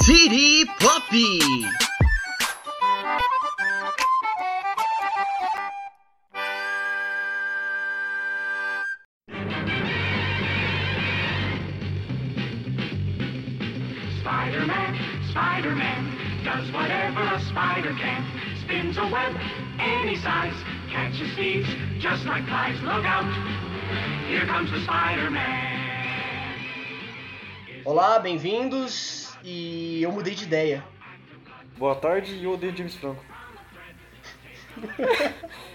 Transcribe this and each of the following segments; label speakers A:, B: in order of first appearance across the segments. A: City Pop.
B: Spider-Man, Spider-Man, does whatever a spider can. Spins a web any size, catches thieves just like flies. Look out, here comes the Spider-Man.
A: Olá, bem-vindos. E eu mudei de ideia.
C: Boa tarde, eu odeio James Franco.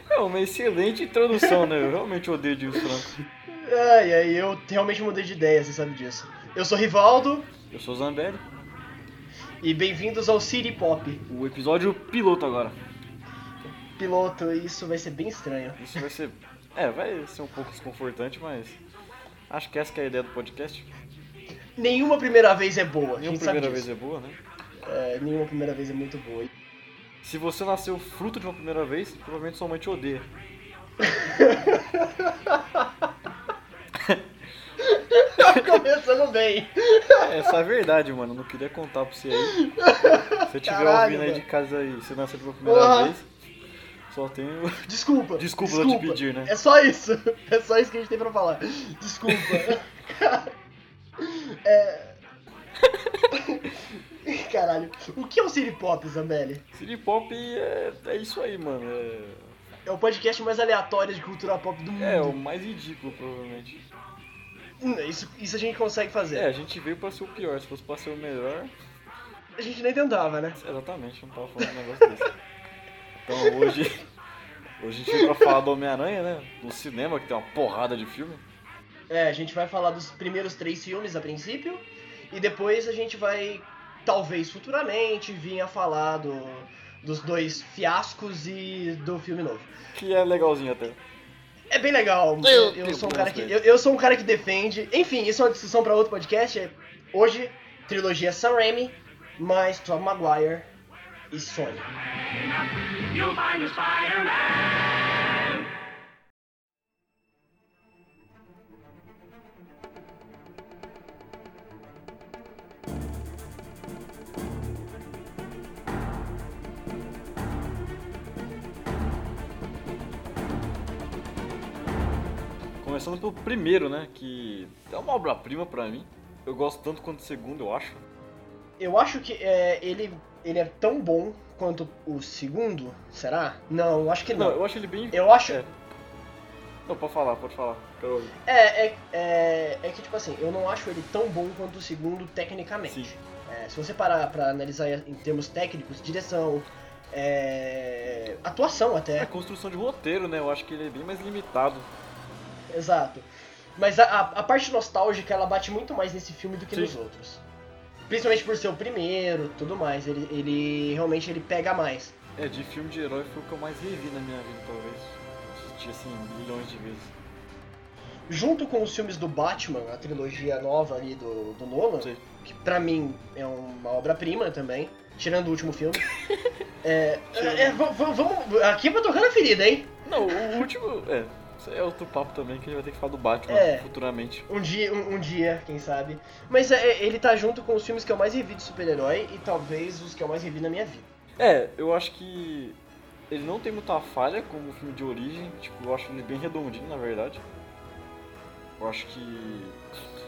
C: é uma excelente introdução, né? Eu realmente odeio James Franco.
A: Ai, ai, eu realmente mudei de ideia, você sabe disso. Eu sou Rivaldo
C: Eu sou o Zambelli,
A: e bem-vindos ao City Pop.
C: o episódio piloto agora.
A: Piloto, isso vai ser bem estranho.
C: Isso vai ser. É, vai ser um pouco desconfortante, mas. Acho que essa que é a ideia do podcast.
A: Nenhuma primeira vez é boa. a
C: Nenhuma
A: gente sabe
C: primeira vez
A: disso.
C: é boa, né?
A: É, nenhuma primeira vez é muito boa.
C: Se você nasceu fruto de uma primeira vez, provavelmente sua mãe te odeia.
A: Tá começando bem.
C: Essa é a verdade, mano. Eu não queria contar pra você aí. Se você estiver
A: Caralho,
C: ouvindo aí de
A: mano.
C: casa aí, você nasceu pela primeira
A: Porra.
C: vez, só tenho.
A: Desculpa.
C: Desculpa eu te pedir, né?
A: É só isso. É só isso que a gente tem pra falar. Desculpa. Cara, é... Caralho. O que é o City Pop, Zambelli?
C: City Pop é, é isso aí, mano. É,
A: É o podcast mais aleatório de cultura pop do mundo.
C: é o mais ridículo, provavelmente.
A: Hum, Isso, isso a gente consegue fazer.
C: É, a gente veio pra ser o pior. Se fosse pra ser o melhor,
A: A gente nem tentava, né?
C: exatamente, não tava falando um negócio desse. Então hoje. Hoje a gente veio pra falar do Homem-Aranha, né? Do cinema, que tem uma porrada de filme.
A: É, a gente vai falar dos primeiros três filmes a princípio. E depois a gente vai, talvez futuramente, vir a falar do, dos dois fiascos e do filme novo.
C: Que é legalzinho até.
A: É bem legal.
C: Meu
A: Eu, eu
C: Deus,
A: sou um cara que
C: Deus.
A: eu, eu sou um cara que defende. Enfim, isso é uma discussão pra outro podcast. É, Hoje, trilogia Sam Raimi, mais Tom Maguire e Sony.
B: Hang up, You'll find the Spider-Man.
C: Começando pelo primeiro, né? Que é uma obra-prima pra mim. Eu gosto tanto quanto o segundo, eu acho.
A: Eu acho que é, ele ele é tão bom quanto o segundo, será? Não, eu acho que
C: Não,
A: não.
C: eu acho ele bem.
A: Eu acho
C: É. Não, pode falar, pode falar. Quero ouvir.
A: É, é, é, é que tipo assim, eu não acho ele tão bom quanto o segundo tecnicamente.
C: Sim.
A: É, se você parar pra analisar em termos técnicos, direção, é, atuação até.
C: É construção de roteiro, né? Eu acho que ele é bem mais limitado.
A: Exato. Mas a, a- a parte nostálgica ela bate muito mais nesse filme do que
C: Sim.
A: nos outros. Principalmente por ser o primeiro, tudo mais. Ele, ele realmente ele pega mais.
C: É, de filme de herói foi o que eu mais revi na minha vida, talvez. Assisti assim milhões de vezes.
A: Junto com os filmes do Batman, a trilogia nova ali do, do Nolan,
C: Sim.
A: que pra mim é uma obra-prima também, tirando o último filme. É,
C: Tirando.
A: é, v- v- vamos, aqui eu vou tocando a ferida, hein?
C: Não, o último. É, isso aí é outro papo também que a gente vai ter que falar do Batman
A: É.
C: futuramente.
A: Um dia, um, um dia, quem sabe. Mas é, ele tá junto com os filmes que eu mais revi de super-herói e talvez os que eu mais revi na minha vida.
C: É, eu acho que ele não tem muita falha como o filme de origem. Tipo, eu acho ele bem redondinho, na verdade. Eu acho que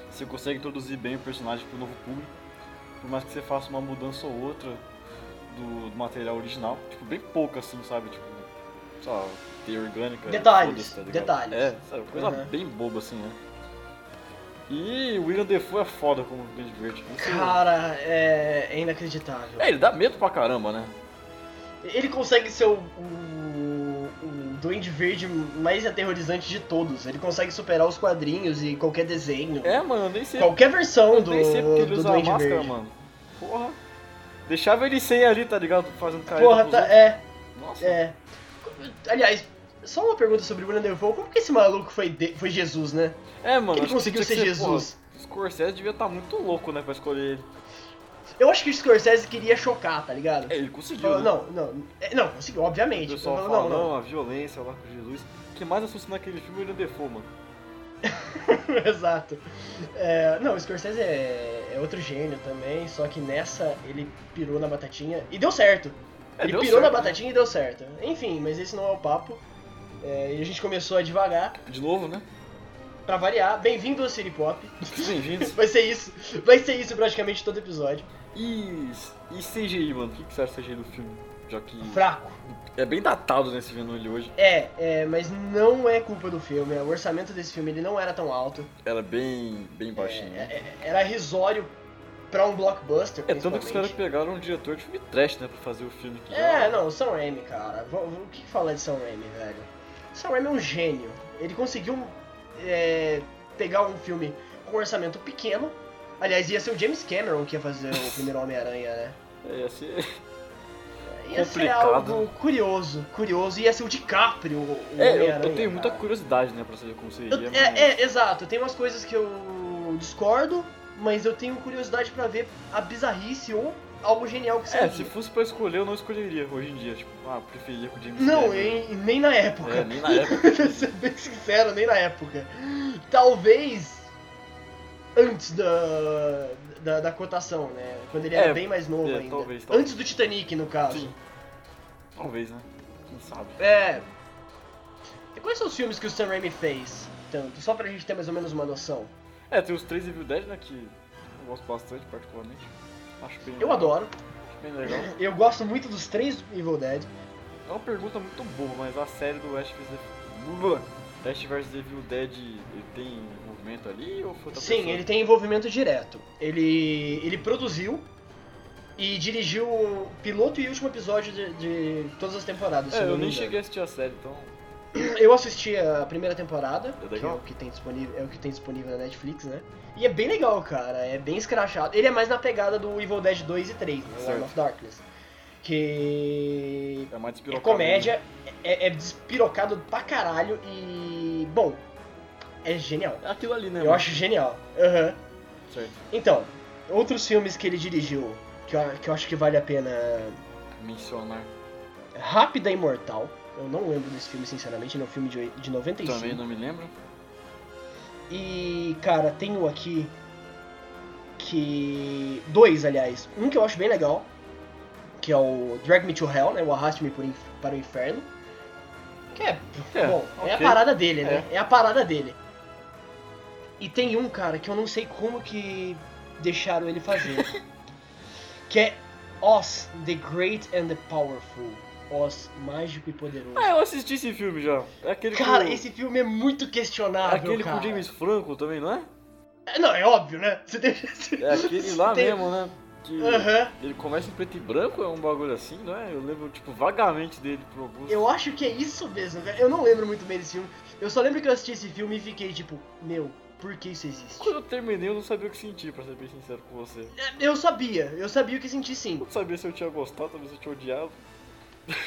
C: você consegue introduzir bem o personagem pro novo público. Por mais que você faça uma mudança ou outra do, do material original. Tipo, bem pouco assim, sabe? Tipo, sei lá, teia orgânica.
A: Detalhes,
C: foda-se, ligado?
A: detalhes.
C: É, sabe? Coisa
A: Uhum.
C: bem boba assim, né? E o William Defoe é foda como Duende Verde. Isso-
A: Cara, é, é inacreditável.
C: É, ele dá medo pra caramba, né?
A: Ele consegue ser o, o, o Duende Verde mais aterrorizante de todos. Ele consegue superar os quadrinhos e qualquer desenho.
C: É, mano, eu nem sei
A: Qualquer versão do,
C: Nem sei porque ele
A: do
C: usa a
A: Duende
C: máscara,
A: Verde.
C: mano. Porra. Deixava ele sem ali, tá ligado? Fazendo careta
A: Porra,
C: pros
A: tá,
C: outros.
A: é,
C: Nossa.
A: é. Aliás, só uma pergunta sobre o William Defoe. Como que esse maluco foi, de- foi Jesus, né?
C: É, mano.
A: que ele
C: acho
A: conseguiu
C: tinha
A: ser
C: que porra,
A: Jesus?
C: o Scorsese devia estar muito louco, né, pra escolher ele.
A: Eu acho que o Scorsese queria chocar, tá ligado?
C: É, ele conseguiu,
A: Falou,
C: né?
A: não, não, é, não, conseguiu,
C: O
A: obviamente.
C: pessoal
A: Falou,
C: fala,
A: não, não.
C: a violência lá com Jesus. O que mais assusta naquele filme é o William Defoe, mano.
A: Exato. É, não, o Scorsese é, é outro gênio também, só que nessa ele pirou na batatinha e deu certo.
C: É,
A: ele
C: deu
A: pirou na
C: certo, né?
A: batatinha e deu certo. Enfim, mas esse não é o papo. É, e a gente começou a devagar,
C: De novo, né?
A: pra variar. Bem-vindo ao City Pop.
C: Bem-vindos.
A: Vai ser isso. Vai ser isso praticamente todo episódio.
C: E, e CGI, mano? O que, que você acha do CGI do filme? Já que
A: Fraco.
C: é bem datado, né, se vendo ele hoje.
A: É, é, mas não é culpa do filme. O orçamento desse filme ele não era tão alto.
C: Era é bem, bem baixinho. né?
A: É, é, era risório pra um blockbuster.
C: É tanto que os
A: principalmente.
C: caras pegaram um diretor de filme trash, né, pra fazer o filme. Que
A: É, não, Sam Raimi, cara. V- v- O que falar de Sam Raimi, velho? Sam Raimi é um gênio. Ele conseguiu é, pegar um filme com um orçamento pequeno. Aliás, ia ser o James Cameron que ia fazer o primeiro Homem-Aranha, né?
C: É, assim,
A: Ia ser
C: Complicado.
A: algo curioso, curioso. Ia ser o DiCaprio, o o
C: é eu-
A: Homem-Aranha.
C: eu, tenho muita
A: cara.
C: curiosidade, né, pra saber como seria,
A: Eu-
C: mas...
A: é, é, exato. Tem umas coisas que eu discordo, mas eu tenho curiosidade pra ver a bizarrice ou algo genial que
C: É,
A: seria.
C: se fosse pra escolher, eu não escolheria hoje em dia. Tipo, ah, preferia com o James
A: Não,
C: Cameron.
A: e- e nem na época.
C: É, nem na época.
A: pra ser bem sincero, nem na época. Talvez antes da, da, da cotação, né? Quando ele era
C: É,
A: bem mais novo
C: é,
A: ainda.
C: talvez, talvez.
A: Antes do Titanic, no caso.
C: Sim. Talvez, né? Quem sabe.
A: É. E quais são os filmes que o Sam Raimi fez? Tanto, só pra gente ter mais ou menos uma noção.
C: É, tem os três Evil Dead, né, que eu gosto bastante, particularmente. Acho bem
A: Eu adoro.
C: Acho bem legal.
A: Eu gosto muito dos três Evil Dead.
C: É uma pergunta muito boa, mas a série do Ash vs. Evil- Ash vs Evil Dead, ele tem envolvimento ali ou foi outra
A: Sim,
C: pessoa?
A: ele tem envolvimento direto. Ele, ele produziu e dirigiu o piloto e último episódio de, de todas as temporadas. se
C: É,
A: não
C: eu
A: me
C: nem
A: engano.
C: cheguei a assistir a série, então...
A: Eu assisti a primeira temporada,
C: É
A: que é
C: legal?
A: o que tem disponível, é o que tem disponível na Netflix, né? E é bem legal, cara, é bem escrachado. Ele é mais na pegada do Evil Dead 2 e 3, né? Line
C: Certo.
A: of Darkness. Que
C: É mais
A: é
C: despirocado.
A: comédia, é, é despirocado pra caralho e bom, é genial.
C: É aquilo ali, né?
A: Eu
C: mano?
A: acho genial. Aham.
C: Certo.
A: Então, outros filmes que ele dirigiu que eu, que eu acho que vale a pena
C: Mencionar.
A: Rápida e Imortal. Eu não lembro desse filme, sinceramente, ele é um filme de, oi- de 95.
C: Também não me lembro.
A: E, cara, tenho aqui que. Dois, aliás. Um que eu acho bem legal, que é o Drag Me to Hell, né? O Arraste-me por Inf- para o Inferno. Que é.
C: É,
A: bom, é a
C: ok.
A: parada dele, né? É. a parada dele. E tem um, cara, que eu não sei como que deixaram ele fazer. que é Oz, the Great and the Powerful. Oz, mágico e poderoso.
C: Ah, eu assisti esse filme já. É aquele
A: Cara,
C: com...
A: esse filme é muito questionável,
C: Aquele
A: cara.
C: com o James Franco também, não é?
A: É, Não, é óbvio, né? Você tem...
C: É aquele lá
A: Tem-
C: mesmo, né? Que
A: Aham.
C: ele começa em preto e branco, é um bagulho assim, não é? Eu lembro, tipo, vagamente dele pro Augusto.
A: Eu acho que é isso mesmo, velho. Eu não lembro muito bem desse filme. Eu só lembro que eu assisti esse filme e fiquei tipo, meu, por que isso existe?
C: Quando eu terminei, eu não sabia o que sentir, pra ser bem sincero com você. Eu
A: É, Eu sabia, eu sabia o que senti sim.
C: não sabia se eu tinha gostado, talvez eu tinha odiado.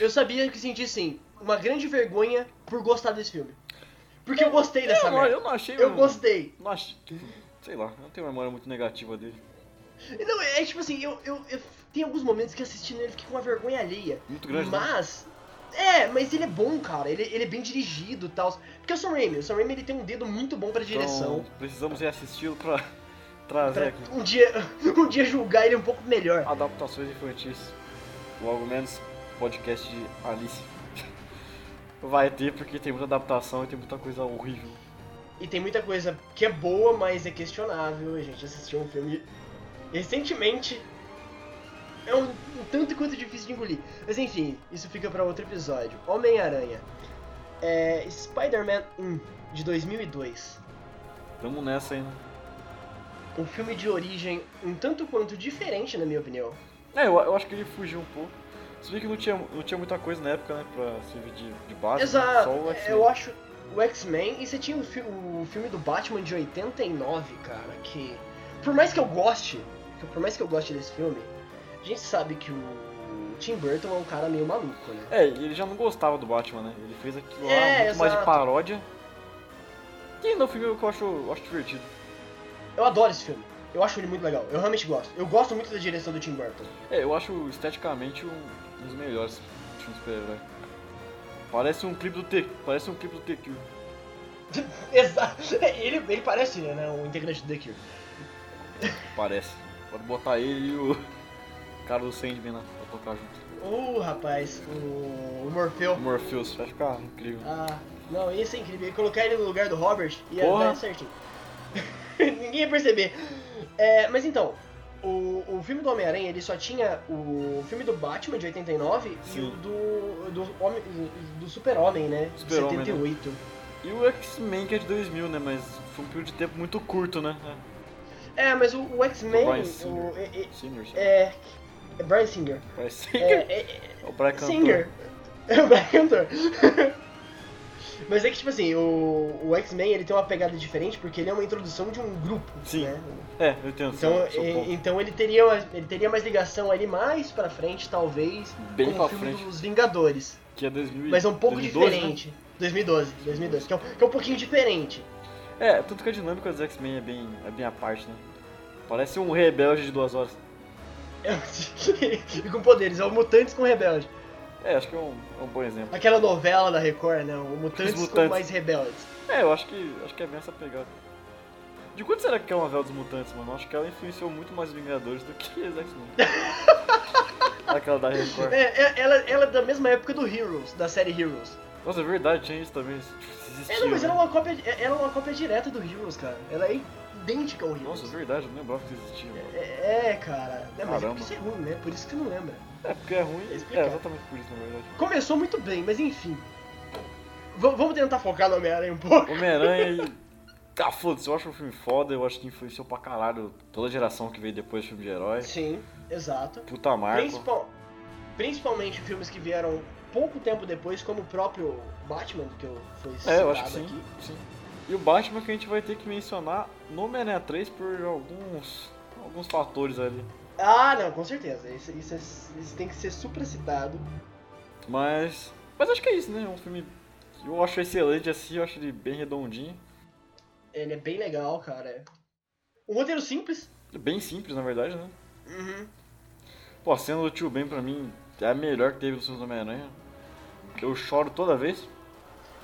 A: Eu sabia o que senti sim. Uma grande vergonha por gostar desse filme. Porque eu gostei dessa
C: eu, não-
A: merda.
C: eu não achei,
A: Eu
C: mano.
A: gostei.
C: Não achei. tipo, Sei lá, eu não tenho memória muito negativa dele.
A: Não, é tipo assim, eu, eu, eu- tem alguns momentos que assistindo ele fiquei com uma vergonha alheia.
C: Muito grande, né?
A: Mas. É, mas ele é bom, cara. Ele, ele é bem dirigido e tal. Porque é o Sam Raimi, o Sam Raimi ele tem um dedo muito bom pra direção.
C: Então, tá precisamos reassisti-lo pra trazer
A: Pra
C: aqui
A: um dia, um dia julgar ele um pouco melhor.
C: adaptações infantis. Logo menos podcast de Alice. Vai ter, porque tem muita adaptação e tem muita coisa horrível.
A: E tem muita coisa que é boa, mas é questionável. A gente assistiu um filme recentemente. É um, um tanto quanto difícil de engolir. Mas enfim, isso fica pra outro episódio. Homem-Aranha. É, Spider-Man 1, de 2002.
C: Tamo nessa ainda.
A: Um filme de origem um tanto quanto diferente, na minha opinião.
C: É, eu, eu acho que ele fugiu um pouco. Se bem que não tinha, não tinha muita coisa na época, né? Pra servir de, de base. né,
A: Exato. É,
C: Só o X-Men.
A: Eu acho o X-Men e você tinha o, fi- o filme do Batman de 89, cara, que por mais que eu goste, que por mais que eu goste desse filme, a gente sabe que o Tim Burton é um cara meio maluco, né?
C: É, e ele já não gostava do Batman, né? Ele fez aquilo lá
A: É,
C: muito mais de
A: exato.
C: paródia. E ainda é um filme que eu acho, eu acho divertido.
A: Eu adoro esse filme. Eu acho ele muito legal. Eu realmente gosto. Eu gosto muito da direção do Tim Burton.
C: É, eu acho esteticamente um, um dos melhores filmes super-herói. Parece um clipe do T. Parece um clipe do TQ.
A: Exato. Ele, ele parece, né, um integrante do The Cure.
C: Parece. Pode botar ele e o cara do Sandman lá pra tocar junto.
A: Uh, rapaz, o, o Morfeu.
C: O Morpheus, vai ficar incrível.
A: Ah, não, isso é incrível. E colocar ele no lugar do Robert ia
C: Porra.
A: dar certinho. Ninguém ia perceber. É, mas então, o, o filme do Homem-Aranha, ele só tinha o filme do Batman de 89 e
C: Sim.
A: o do, do, Homem- do Super-Homem, né? de
C: Super-Homem, né?
A: 78.
C: E o X-Men que é de 2000, né? Mas foi um período de tempo muito curto, né?
A: É, mas o, o X-Men,
C: Bryan
A: o- é, é-
C: É. Singer, sabe?
A: é, é Brian Singer.
C: Vai
A: É,
C: Singer.
A: é- é-
C: o Brian Cantor.
A: Singer. É o Black Panther. Mas é que, tipo assim, o, o X-Men ele tem uma pegada diferente porque ele é uma introdução de um grupo,
C: Sim.
A: né?
C: É, eu
A: Então,
C: entendo. seu- seu
A: e-
C: ponto.
A: então ele, teria, uma- ele teria mais ligação ali mais pra frente, talvez,
C: Bem
A: com
C: pra
A: o filme
C: frente.
A: dos Vingadores.
C: que é 2000,
A: Mas é um pouco
C: 2012, né?
A: diferente. 2012, 2012, que é, um, que é um pouquinho diferente.
C: É, tanto que a dinâmica dos X-Men é bem, é bem à parte, né? Parece um rebelde de duas horas.
A: e com poderes, é o Mutantes com Rebelde.
C: É, acho que é um, é um bom exemplo.
A: Aquela novela da Record, né? O Mutantes, com
C: Mutantes.
A: mais Rebeldes.
C: É, eu acho que acho que é bem essa pegada. De quanto será que é uma novela dos mutantes, mano? Eu Acho que ela influenciou muito mais os Vingadores do que os X-Men. Aquela da Record.
A: É, é- ela, ela é da mesma época do Heroes, da série Heroes.
C: Nossa, é verdade, tinha isso também. isso Existiu,
A: É, não, mas
C: né?
A: ela é uma cópia, é- ela é uma cópia direta do Heroes, cara. Ela é idêntica ao Heroes.
C: Nossa, é verdade, eu não lembrava que existia. mano.
A: é, é, cara. É, mas é
C: Caramba.
A: porque isso é ruim, né? Por isso que não lembra.
C: É, porque é ruim.
A: É
C: É,
A: explicado.
C: exatamente por isso, na verdade.
A: Começou muito bem, mas enfim. V- vamos tentar focar no Homem-Aranha um pouco.
C: Homem-Aranha e. Ah, foda-se, eu acho um filme foda, eu acho que influenciou pra caralho toda a geração que veio depois do filme de herói.
A: Sim, exato.
C: Puta marca.
A: Principal, principalmente filmes que vieram pouco tempo depois, como o próprio Batman, que eu fui
C: É,
A: citado
C: eu acho que sim,
A: aqui.
C: sim. E o Batman que a gente vai ter que mencionar no Homem-Aranha 3 por alguns. alguns fatores ali.
A: Ah, não, com certeza. Isso, isso é- isso tem que ser supracitado.
C: Mas. Mas acho que é isso, né? É um filme que eu acho excelente assim, eu acho ele bem redondinho.
A: Ele é bem legal, cara. Um roteiro simples.
C: Bem simples, na verdade, né?
A: Uhum.
C: Pô, a cena do tio Ben pra mim é a melhor que teve dos filmes do Homem-Aranha. Eu choro toda vez.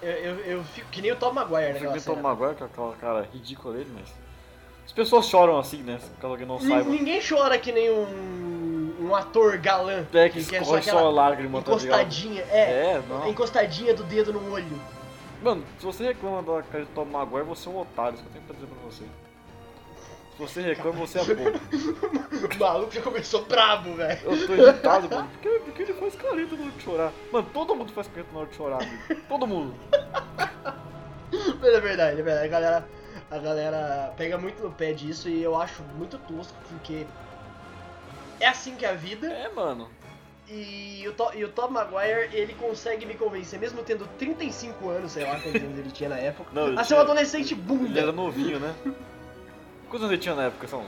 A: Eu, eu, eu fico que nem o Tom Maguire
C: Eu fico
A: naquela
C: tentando
A: cena.
C: magoar com aquela cara ridícula dele, mas. As pessoas choram assim, né? Caso alguém não
A: Nin-
C: saiba.
A: Ninguém chora que nem um, um ator galã.
C: É que
A: quer
C: escorre só a lágrima, tá ligado?
A: encostadinha. É,
C: É, não.
A: encostadinha do dedo no olho.
C: Mano, se você reclama da cara de Tom Maguire, você é um otário, isso que eu tenho pra dizer pra você. Se você reclama, você é bobo.
A: O maluco já começou brabo, velho.
C: Eu tô irritado, mano. Por que, por que ele faz careta na hora de chorar? Mano, todo mundo faz careta na hora de chorar, amigo. Todo mundo.
A: Mas é verdade, é verdade. A galera, a galera pega muito no pé disso e eu acho muito tosco, porque é assim que é a vida.
C: É, mano.
A: E o, To- e o Tom Maguire, ele consegue me convencer, mesmo tendo 35 anos, sei lá quantos anos ele tinha na época,
C: Não, ele
A: a ser um
C: tinha-
A: adolescente
C: Ele era
A: bunda.
C: novinho, né? Quantos anos ele tinha na época? São.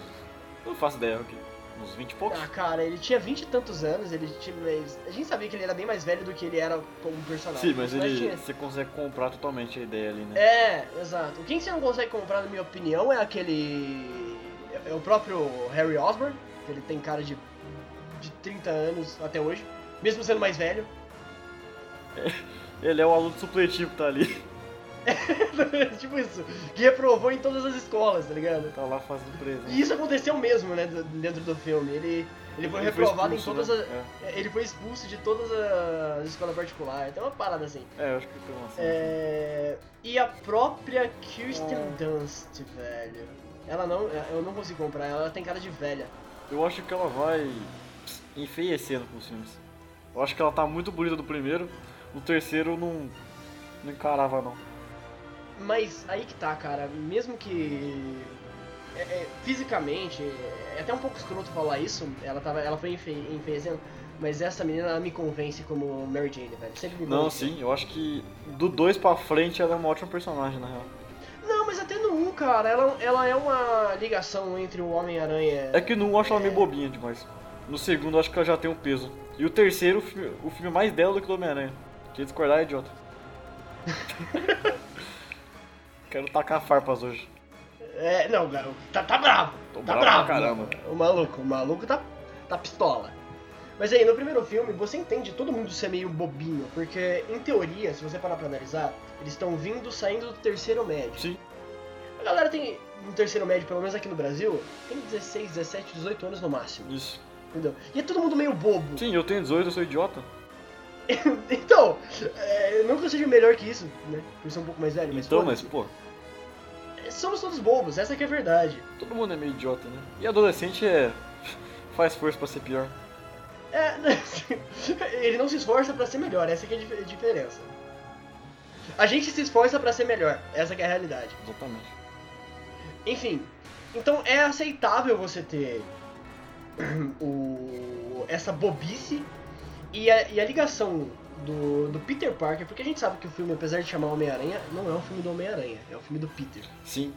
C: Não faço ideia, ok. Uns 20 e poucos?
A: Ah, cara, ele tinha 20 e tantos anos, ele tinha. mas A gente sabia que ele era bem mais velho do que ele era como personagem.
C: Sim, mas ele.
A: tinha-
C: Você consegue comprar totalmente a ideia ali, né?
A: É, exato. Quem você não consegue comprar, na minha opinião, é aquele. é- É o próprio Harry Osborn, que ele tem cara de, de 30 anos até hoje, mesmo sendo mais velho.
C: Ele é o aluno supletivo que tá ali.
A: tipo isso, que reprovou em todas as escolas, tá ligado?
C: Tá lá fazendo preso.
A: E isso aconteceu mesmo, né, do- dentro do filme. Ele, ele foi
C: Ele
A: reprovado
C: expulso,
A: em todas
C: né? É.
A: as. Ele foi expulso de todas as escolas particulares. Tem uma parada assim.
C: É, eu acho que tem uma cena.
A: É, E a própria Kirsten Dunst, velho. Ela não. Eu não consigo comprar, ela tem cara de velha.
C: Eu acho que ela vai enfeiecendo com os filmes. Eu acho que ela tá muito bonita do primeiro, o terceiro eu não, não encarava não.
A: Mas aí que tá, cara. Mesmo que. é- é, fisicamente, é até um pouco escroto falar isso. Ela, tava, ela foi enfe, enfeiecendo. Mas essa menina ela me convence como Mary Jane, velho. Sempre me
C: Não,
A: convenceu.
C: sim, eu acho que do 2 pra frente ela é uma ótima personagem, na real.
A: Não, mas até no 1, cara, ela, ela é uma ligação entre o Homem-Aranha.
C: É que no 1 eu acho ela meio bobinha demais. No segundo eu acho que ela já tem um peso. E o terceiro, o filme, o filme é mais dela do que do Homem-Aranha. Que discordar é idiota. Quero tacar farpas hoje.
A: É, não, cara, tá, tá bravo.
C: Tô
A: tá
C: bravo pra
A: bravo.
C: caramba.
A: O maluco, o maluco tá, tá pistola. Mas aí, no primeiro filme, você entende todo mundo ser meio bobinho, porque, em teoria, se você parar pra analisar, eles estão vindo, saindo do terceiro médio.
C: Sim.
A: A galera tem, no terceiro médio, pelo menos aqui no Brasil, tem 16, 17, 18 anos no máximo,
C: Isso.
A: entendeu? E é todo mundo meio bobo.
C: Sim, eu tenho 18, eu sou idiota.
A: então, é, não que eu seja melhor que isso, né? Por ser um pouco mais velho, mas...
C: Então, mas,
A: foda-se.
C: pô,
A: Somos todos bobos, essa que é a verdade.
C: todo mundo é meio idiota, né? E adolescente é. faz força pra ser pior.
A: É, né, ele não se esforça pra ser melhor, essa que é a dif- diferença. A gente se esforça pra ser melhor, essa que é a realidade.
C: Exatamente.
A: Enfim, então é aceitável você ter o, essa bobice e a, e a ligação do, do Peter Parker, porque a gente sabe que o filme, apesar de chamar Homem-Aranha, não é um filme do Homem-Aranha, é um filme do Peter.
C: Sim.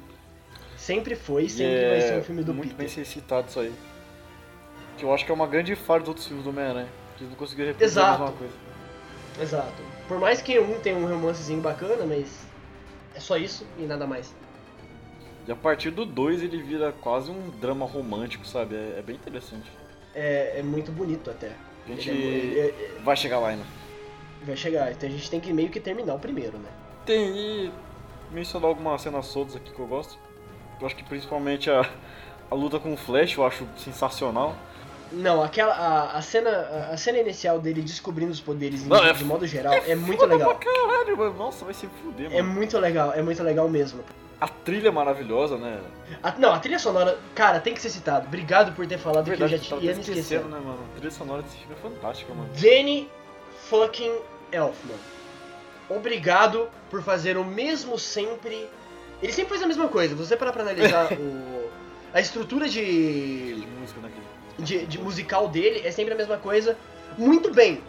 A: Sempre foi, sempre
C: e é
A: vai ser um filme do
C: muito bem
A: Peter.
C: ser citado isso aí. Que eu acho que é uma grande falha dos outros filmes do Homem-Aranha. Que eles não conseguiram repetir
A: Exato.
C: a mesma coisa.
A: Exato. Por mais que um tenha um romancezinho bacana, mas é só isso e nada mais.
C: E a partir do 2 ele vira quase um drama romântico, sabe? É, é bem interessante.
A: É, é muito bonito até.
C: A gente
A: Ele é mu- ele é-
C: vai chegar lá ainda.
A: vai chegar, então a gente tem que meio que terminar o primeiro, né?
C: Tem e mencionar algumas cenas soltas aqui que eu gosto. Eu acho que principalmente a, a luta com o Flash eu acho sensacional.
A: Não, aquela a, a cena a- a cena inicial dele descobrindo os poderes em-
C: Não, é
A: de modo geral é, muito
C: Foda
A: legal.
C: pra caralho, mano. Nossa, vai se fuder,
A: É
C: mano.
A: muito legal, é muito legal mesmo.
C: A trilha é maravilhosa, né?
A: A- não, a trilha sonora, cara, tem que ser citado. Obrigado por ter falado que
C: Verdade, eu
A: eu já
C: tava
A: tinha
C: até
A: esquecido.
C: esquecendo, né, mano? A trilha sonora desse filme é fantástica, mano.
A: Danny fucking Elfman. Obrigado por fazer o mesmo sempre. Ele sempre faz a mesma coisa. Você parar pra analisar o, a estrutura de
C: De música naquele.
A: de, de musical dele é sempre a mesma coisa. Muito bem.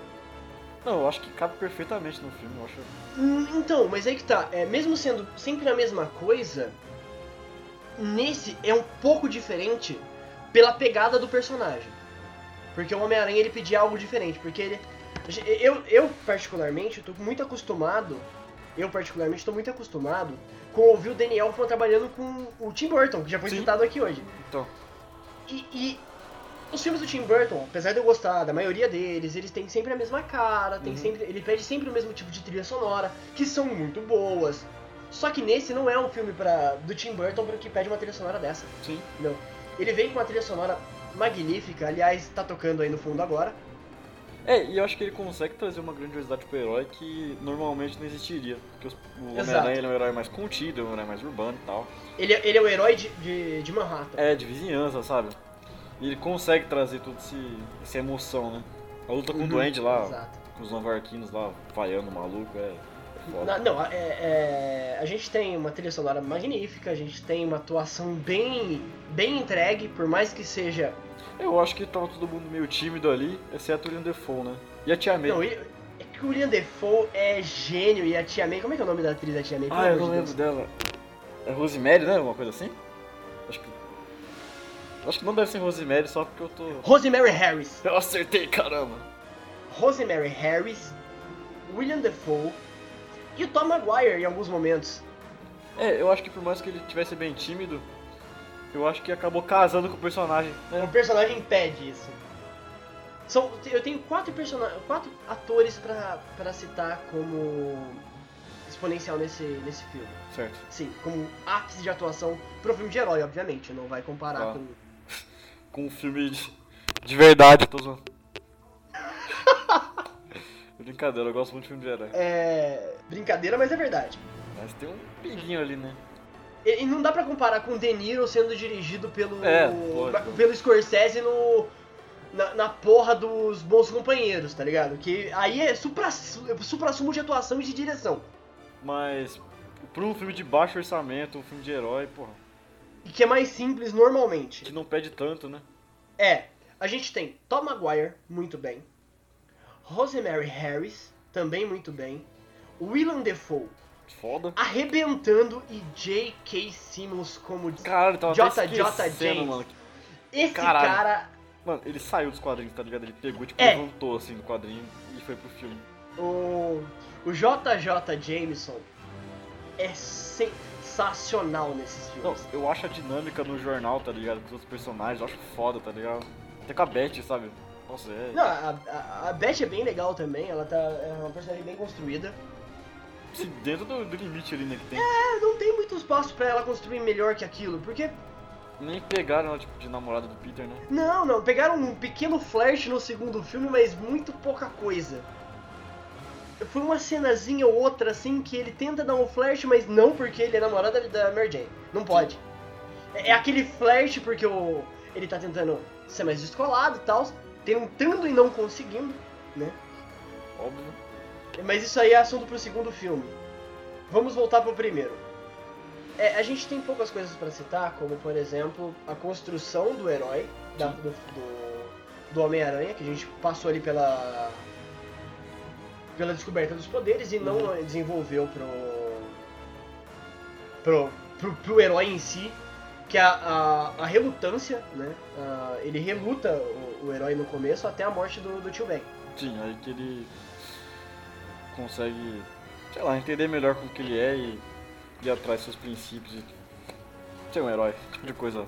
C: Não, eu acho que cabe perfeitamente no filme, eu acho.
A: Hum, Então, mas aí que tá. É, mesmo sendo sempre a mesma coisa, nesse é um pouco diferente pela pegada do personagem. Porque o Homem-Aranha ele pedia algo diferente. Porque ele. Eu, eu particularmente, tô muito acostumado. Eu, particularmente, estou muito acostumado com ouvir o Daniel Elfman trabalhando com o Tim Burton, que já foi
C: Sim.
A: citado aqui hoje.
C: Então,
A: E, e os filmes do Tim Burton, apesar de eu gostar da maioria deles, eles têm sempre a mesma cara, tem
C: Uhum.
A: sempre, ele pede sempre o mesmo tipo de trilha sonora, que são muito boas. Só que nesse não é um filme pra, do Tim Burton pra que pede uma trilha sonora dessa.
C: sim.
A: Não. Ele vem com uma trilha sonora magnífica, aliás, tá tocando aí no fundo agora.
C: É, e eu acho que ele consegue trazer uma grandiosidade pro herói que normalmente não existiria. Porque os-
A: Exato.
C: o Homem-Aranha ele é um herói mais contido, é um herói mais urbano e tal.
A: Ele, é- ele é o herói de, de, de Manhattan.
C: É, de vizinhança, sabe? E ele consegue trazer toda essa emoção, né? A luta com
A: Uhum,
C: o Duende lá,
A: Exato.
C: com os novarquinos lá, vaiando o maluco, é, é foda.
A: Na- não, é- é- a gente tem uma trilha sonora magnífica, a gente tem uma atuação bem, bem entregue, por mais que seja
C: Eu acho que tava todo mundo meio tímido ali, exceto o Leon Defoe, né? E a Tia May.
A: Não, ele, é que o William Defoe é gênio e a Tia May. Como é que é o nome da atriz da Tia May? Pelo
C: Ah, eu
A: amor
C: não
A: de
C: lembro
A: Deus.
C: dela. É Rosemary, né? Alguma coisa assim? Acho que. Acho que não deve ser Rosemary, só porque eu tô.
A: Rosemary Harris.
C: Eu acertei, caramba!
A: Rosemary Harris, William Defoe e o Tom Maguire em alguns momentos.
C: É, eu acho que por mais que ele tivesse bem tímido, eu acho que acabou casando com o personagem.
A: O
C: Né?
A: personagem impede isso. São, eu tenho quatro, persona- quatro atores pra, pra citar como exponencial nesse, nesse filme.
C: Certo.
A: Sim, como ápice de atuação pro filme de herói, obviamente. Não vai comparar
C: Claro.
A: com
C: Com um filme de, de verdade, tô zoando. Brincadeira, eu gosto muito de filme de herói.
A: é, brincadeira, mas é verdade.
C: Mas tem um pinguinho ali, né?
A: E e não dá pra comparar com o De Niro sendo dirigido pelo
C: É, lógico.
A: pelo Scorsese no na, na porra dos bons companheiros, tá ligado? Que aí é supra suprassumo de atuação e de direção.
C: Mas, pra um filme de baixo orçamento, um filme de herói, porra,
A: E que é mais simples normalmente.
C: que não pede tanto, né?
A: É, a gente tem Tom Maguire, muito bem. Rosemary Harris, também muito bem. Willem Dafoe,
C: Foda.
A: arrebentando e J.K. Simmons como...
C: Caralho, eu tava
A: Jota-
C: até esquecendo,
A: Jota James.
C: mano.
A: Esse
C: caralho.
A: cara
C: Mano, ele saiu dos quadrinhos, tá ligado? Ele pegou, tipo,
A: É.
C: levantou assim do quadrinho e foi pro filme.
A: O, o JJ Jameson é sensacional nesses
C: Não,
A: filmes.
C: eu acho a dinâmica no jornal, tá ligado? Com os outros personagens, eu acho foda, tá ligado? Até com a Beth, sabe? Nossa, é.
A: Não, a, a, a Beth é bem legal também, ela tá, é uma personagem bem construída.
C: se tipo assim, Dentro do, do limite ali, né, que tem.
A: É, não tem muito espaço pra ela construir melhor que aquilo, porque
C: Nem pegaram ela, tipo, de namorada do Peter, né?
A: Não, não, pegaram um pequeno flash no segundo filme, mas muito pouca coisa. Foi uma cenazinha ou outra assim que ele tenta dar um flash, mas não porque ele é namorado da Mary Jane. Não pode. É é aquele flash porque o ele tá tentando ser mais descolado e tal, tentando e não conseguindo, né?
C: Óbvio.
A: Mas isso aí é assunto pro segundo filme. Vamos voltar pro primeiro. É, a gente tem poucas coisas pra citar, como por exemplo a construção do herói, da- do, do, do Homem-Aranha, que a gente passou ali pela pela descoberta dos poderes e não desenvolveu pro pro, pro, pro herói em si, que a, a, a relutância, né? Ah, ele reluta o, o herói no começo até a morte do, do Tio Ben.
C: Sim, aí que ele consegue, sei lá, entender melhor como que ele é e ir atrás dos seus princípios e ser um herói, esse tipo de coisa.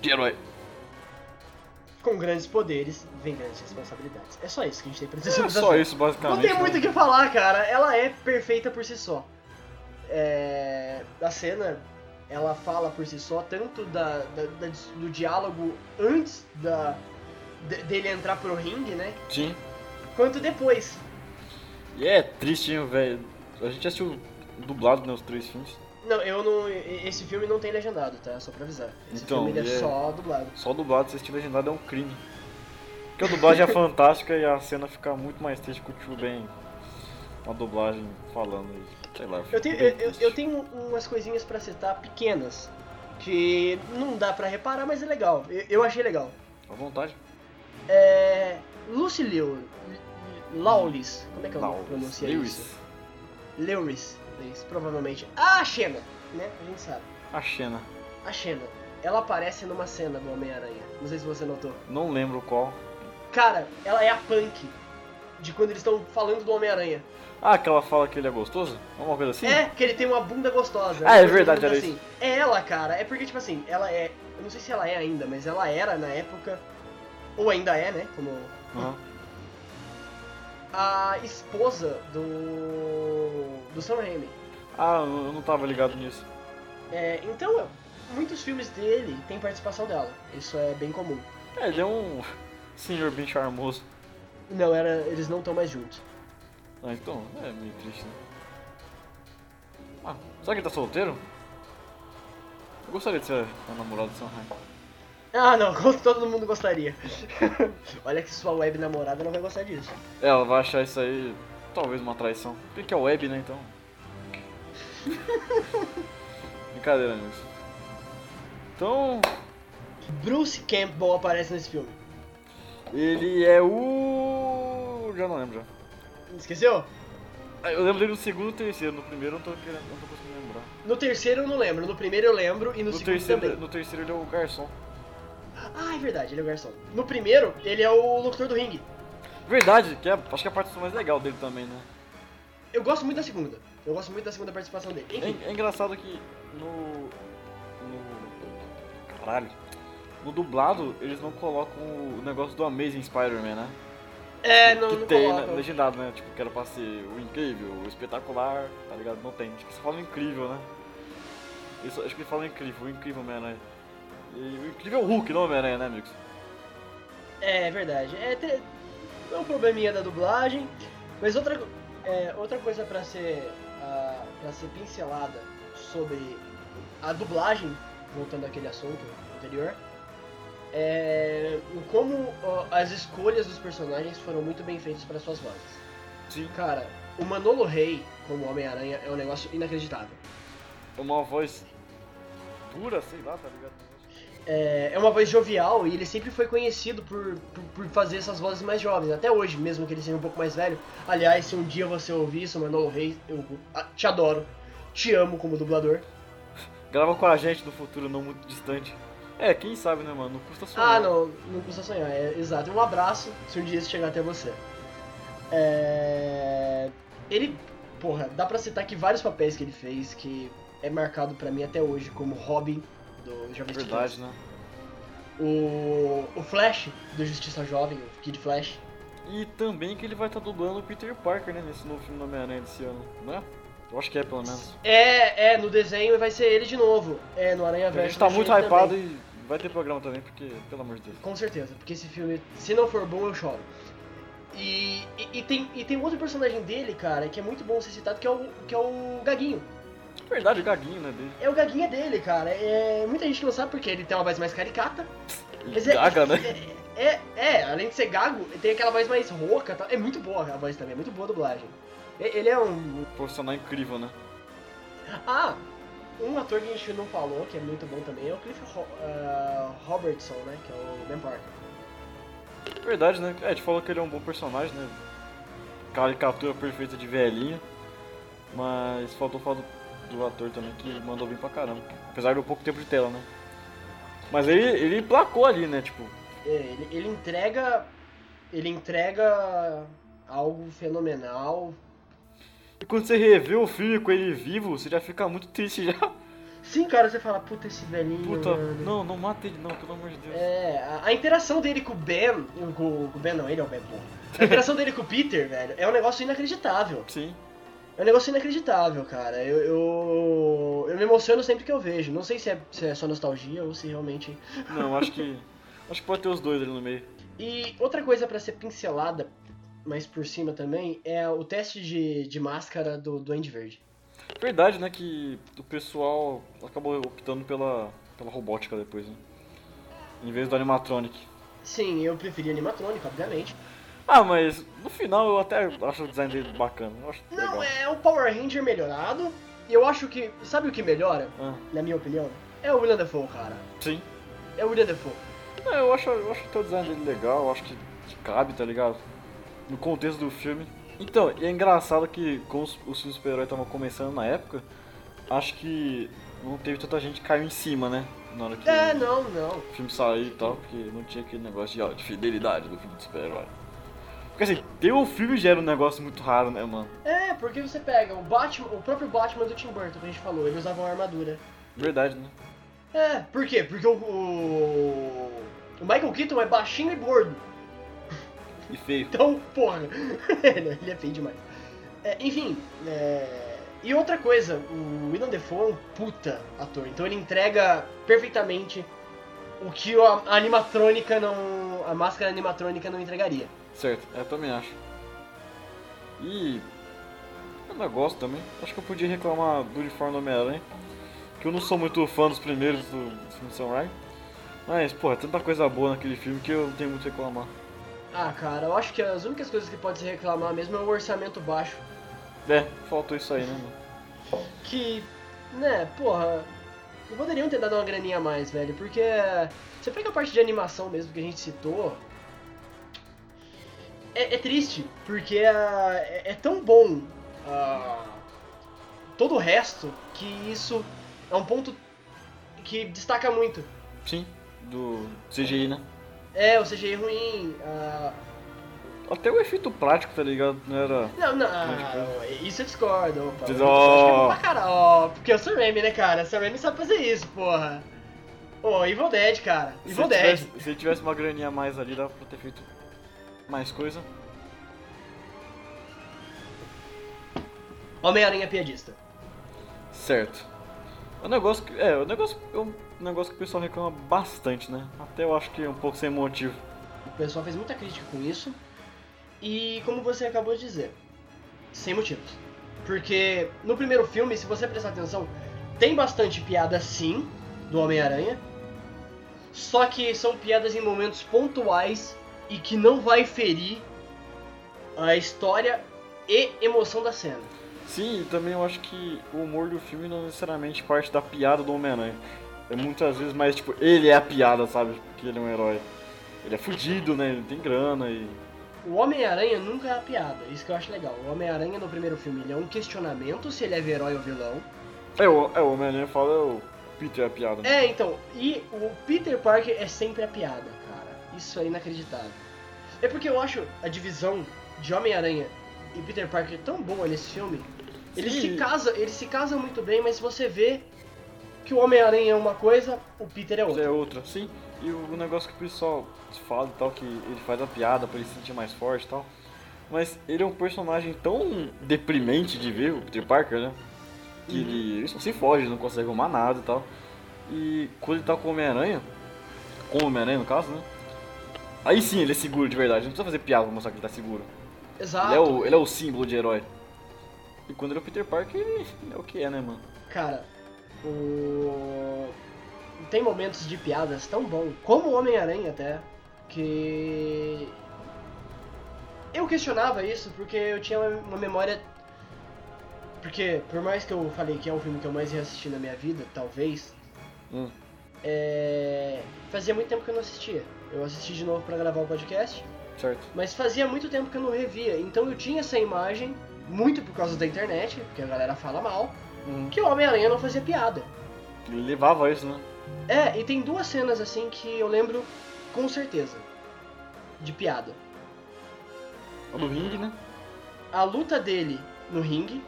C: De herói.
A: Com grandes poderes, vem grandes responsabilidades. É só isso que a gente tem pra dizer
C: É
A: sobre
C: só
A: essa-
C: isso, basicamente.
A: Não tem
C: né?
A: muito o que falar, cara. Ela é perfeita por si só. É... A cena, ela fala por si só, tanto da, da- da- do diálogo antes da, de- dele entrar pro ringue, né?
C: Sim.
A: Quanto depois.
C: E é triste, hein, velho. A gente assistiu dublado, né, os três filmes.
A: Não, eu não. e- Esse filme não tem legendado, tá? Só pra avisar. Esse
C: Então,
A: filme ele
C: e
A: é
C: é-
A: só dublado.
C: Só dublado, assistir legendado é um crime. Porque a dublagem é fantástica e a cena fica muito mais triste que o Tio Ben. Uma dublagem falando e sei lá.
A: Eu tenho, eu, eu- eu tenho umas coisinhas pra citar pequenas. Que não dá pra reparar, mas é legal. Eu, eu achei legal.
C: À vontade.
A: É. Lucy Liu. Lawless. Como é que eu
C: Não,
A: pronuncio isso?
C: Lewis.
A: Lewis. Lewis, provavelmente. A Xena, né? A gente sabe.
C: A Xena.
A: A Xena. Ela aparece numa cena do Homem-Aranha. Não sei se você notou.
C: Não lembro qual.
A: Cara, ela é a punk. De quando eles estão falando do Homem-Aranha.
C: Ah, aquela fala que ele é gostoso? Alguma coisa assim?
A: É, que ele tem uma bunda gostosa.
C: Ah, é
A: Uma coisa
C: verdade,
A: que
C: era
A: assim. É ela, cara. É porque, tipo assim, ela é. Eu não sei se ela é ainda, mas ela era na época. Ou ainda é, né? Como.
C: Aham.
A: A esposa do. Do Sam Raimi.
C: Ah, eu eu não tava ligado nisso.
A: É, então, muitos filmes dele tem participação dela. Isso é bem comum.
C: É, ele é um senhor bem charmoso.
A: Não, era, eles não estão mais juntos.
C: Ah, então, é meio triste, né? Ah, será que ele tá solteiro? Eu gostaria de ser a namorada de Sanheim.
A: Ah, não, como todo mundo gostaria. Olha que sua web namorada não vai gostar disso.
C: É, ela vai achar isso aí talvez uma traição. Porque é web, né, então. Brincadeira, amigos. Então,
A: Bruce Campbell aparece nesse filme.
C: ele é o... Já não lembro já.
A: Esqueceu?
C: Ah, Eu lembro dele no segundo e terceiro, no primeiro eu não tô, querendo, não tô conseguindo lembrar.
A: No terceiro eu não lembro, no primeiro eu lembro e no,
C: No
A: segundo
C: terceiro,
A: também.
C: no terceiro ele é o garçom.
A: Ah, é verdade, ele é o garçom. No primeiro, ele é o locutor do ringue.
C: Verdade, que é, acho que é a participação mais legal dele também, né?
A: Eu gosto muito da segunda. Eu gosto muito da segunda participação dele. Enfim,
C: É, é engraçado que no. No. Caralho. No dublado, eles não colocam o negócio do Amazing Spider-Man, né?
A: é, não,
C: que
A: não
C: tem
A: coloca.
C: né, legendado, né? Tipo, que era pra ser o incrível, o espetacular, tá ligado? Não tem. Acho que só fala o incrível, né? Eles só- acho que eles falam incrível, o incrível Homem-Aranha. E o incrível Hulk, não Homem-Aranha, né, amigos?
A: É verdade. É, te- é um probleminha da dublagem. Mas outra, co- é, outra coisa pra ser, ah, pra ser pincelada sobre a dublagem, voltando àquele assunto anterior, é como ó, as escolhas dos personagens foram muito bem feitas para suas vozes.
C: Sim.
A: Cara, o Manolo Rey como Homem-Aranha é um negócio inacreditável.
C: É uma voz dura, sei lá, tá ligado?
A: É, é uma voz jovial e ele sempre foi conhecido por, por, por fazer essas vozes mais jovens, até hoje, mesmo que ele seja um pouco mais velho. Aliás, se um dia você ouvir isso, Manolo Rey, eu ah, te adoro, te amo como dublador.
C: Grava com a gente no futuro não muito distante. É, quem sabe, né, mano? Não custa só.
A: Ah, não, não custa sonhar, é, exato. Um abraço se um dia isso chegar até você. É, Ele, porra, dá pra citar que vários papéis que ele fez que é marcado pra mim até hoje como Robin do Jovem
C: Verdade, né?
A: o, o Flash do Justiça Jovem, o Kid Flash.
C: E também que ele vai estar dublando o Peter Parker, né? Nesse novo filme do Homem-Aranha desse ano, não é? Eu acho que é, pelo menos.
A: É, é, no desenho vai ser ele de novo. É, no Aranha
C: A
A: Verso.
C: gente tá
A: vai ser
C: muito
A: ele
C: hypado
A: também.
C: e vai ter programa também, porque, pelo amor de Deus.
A: Com certeza, porque esse filme, se não for bom, eu choro. E, e, e tem, e tem um outro personagem dele, cara, que é muito bom ser citado, que é o, que é o Gaguinho.
C: Na verdade, o Gaguinho, né, dele.
A: É o Gaguinho é dele, cara. É, muita gente não sabe porque ele tem uma voz mais caricata. Mas é-
C: Gaga, né?
A: É, é, é, além de ser gago, tem aquela voz mais rouca. e tal. É muito boa a voz também, é muito boa a dublagem. E- Ele é um.
C: Profissional incrível, né?
A: Ah! Um ator que a gente não falou, que é muito bom também, é o Cliff Ro- ah, Robertson, né? Que é o Ben Parker.
C: Na Verdade, né? É, a gente falou que ele é um bom personagem, né? Caricatura perfeita de velhinha. Mas faltou falar do, do ator também, que mandou bem pra caramba. Apesar do pouco tempo de tela, né? Mas ele, ele placou ali, né? Tipo,
A: É, ele, ele entrega. Ele entrega algo fenomenal.
C: E quando você revê o filme com ele vivo, você já fica muito triste já.
A: Sim, cara, você fala, puta, esse velhinho.
C: Puta,
A: mano."
C: não, não mata ele não, pelo amor de Deus.
A: É, a, a interação dele com o Ben. Com, com o Ben não, ele é o Ben Porra. A interação dele com o Peter, velho, é um negócio inacreditável.
C: Sim.
A: É um negócio inacreditável, cara. Eu, eu, eu me emociono sempre que eu vejo. Não sei se é, se é só nostalgia ou se realmente.
C: Não, acho que. Acho que pode ter os dois ali no meio.
A: E outra coisa pra ser pincelada, mas por cima também, é o teste de, de máscara do Duende Verde.
C: Verdade, né, que o pessoal acabou optando pela, pela robótica depois, né? Em vez do animatronic.
A: Sim, eu preferi animatrônico, obviamente.
C: Ah, mas no final eu até acho o design dele bacana. Eu acho
A: Não,
C: legal.
A: é o Power Ranger melhorado. E eu acho que. Sabe o que melhora,
C: Ah,
A: na minha opinião? É o William Dafoe, cara.
C: sim.
A: É o William Dafoe.
C: Não, eu acho, eu acho que o design dele legal, eu acho que, que cabe, tá ligado? No contexto do filme. Então, e é engraçado que como os, os filmes de super-herói estavam começando na época, acho que não teve tanta gente que caiu em cima, né? Na hora que
A: É, não, não.
C: o filme saiu e tal, porque não tinha aquele negócio de, ó, de fidelidade do filme de super-herói. Porque assim, ter um filme já era um negócio muito raro, né, mano?
A: É, porque você pega o Batman, o próprio Batman do Tim Burton que a gente falou, ele usava uma armadura.
C: Verdade, né?
A: É, por quê? Porque o, o, o Michael Keaton é baixinho e gordo.
C: E feio.
A: Então, porra, ele é feio demais. É, enfim, é, e outra coisa, o Willem Dafoe é um puta ator. Então ele entrega perfeitamente o que a, a animatrônica não... A máscara animatrônica não entregaria.
C: Certo, é, eu também acho. E eu não gosto também. Acho que eu podia reclamar do uniforme do Homem-Aranha. Que eu não sou muito fã dos primeiros do, do filme Sam Raimi. Mas, porra, é tanta coisa boa naquele filme que eu não tenho muito a reclamar.
A: Ah, cara, eu acho que as únicas coisas que pode se reclamar mesmo é o orçamento baixo.
C: É, faltou isso aí, né, mano?
A: que, né, porra, não poderiam ter dado uma graninha a mais, velho, porque você pega a parte de animação mesmo que a gente citou. É, é triste, porque ah, é, é tão bom ah, todo o resto que isso é um ponto que destaca muito.
C: Sim, do CGI, né?
A: É, o CGI ruim. ah,
C: Até o efeito prático, tá ligado? Não era.
A: não, não, ah, isso eu discordo. Opa, eu
C: Diz,
A: discordo
C: ó.
A: pra caralho. Ó, porque é o Sam Raimi, né, cara? O Sam Raimi sabe fazer isso, porra. Ô, Evil Dead, cara.
C: Se
A: Evil
C: ele,
A: Dead.
C: tivesse, se ele tivesse uma graninha a mais ali, dava pra ter feito mais coisa.
A: Homem-Aranha piadista.
C: Certo. É um negócio que. É, é um negócio, é um negócio que o pessoal reclama bastante, né? Até eu acho que é um pouco sem motivo.
A: O pessoal fez muita crítica com isso. E como você acabou de dizer, sem motivos. Porque no primeiro filme, se você prestar atenção, tem bastante piada sim do Homem-Aranha. Só que são piadas em momentos pontuais e que não vai ferir a história e emoção da cena.
C: Sim, e também eu acho que o humor do filme não é necessariamente parte da piada do Homem-Aranha. É muitas vezes mais tipo, ele é a piada, sabe? Porque ele é um herói. Ele é fudido, né? Ele não tem grana e.
A: O Homem-Aranha nunca é a piada, isso que eu acho legal. O Homem-Aranha no primeiro filme ele é um questionamento se ele é herói ou vilão.
C: É, o, é, o Homem-Aranha fala, é o Peter é a piada. né?
A: É, então, e o Peter Parker é sempre a piada, cara. Isso é inacreditável. É porque eu acho a divisão de Homem-Aranha e Peter Parker tão boa nesse filme. Eles
C: Sim.
A: se casam, eles se casam muito bem, mas você vê que o Homem-Aranha é uma coisa, o Peter é outra.
C: É outra, sim. E o negócio que o pessoal fala e tal, que ele faz a piada pra ele se sentir mais forte e tal. Mas ele é um personagem tão deprimente de ver, o Peter Parker, né? Que ele, ele só se foge, não consegue arrumar nada e tal. E quando ele tá com o Homem-Aranha, com o Homem-Aranha no caso, né? Aí sim ele é seguro de verdade, não precisa fazer piada pra mostrar que ele tá seguro.
A: Exato.
C: Ele é,
A: Ah.
C: o, ele é o símbolo de herói. E quando ele é o Peter Parker, ele é o que é, né, mano?
A: Cara, o... tem momentos de piadas tão bom, como o Homem-Aranha até, que eu questionava isso porque eu tinha uma- uma memória. Porque, por mais que eu falei que é um filme que eu mais reassisti na minha vida, talvez,
C: Hum.
A: é, fazia muito tempo que eu não assistia. Eu assisti de novo pra gravar o podcast,
C: Certo.
A: mas fazia muito tempo que eu não revia. Então eu tinha essa imagem, muito por causa da internet, porque a galera fala mal, que o Homem-Aranha não fazia piada.
C: Ele levava isso, né?
A: É, e tem duas cenas assim que eu lembro com certeza de piada.
C: O do ringue, né?
A: A luta dele no ringue,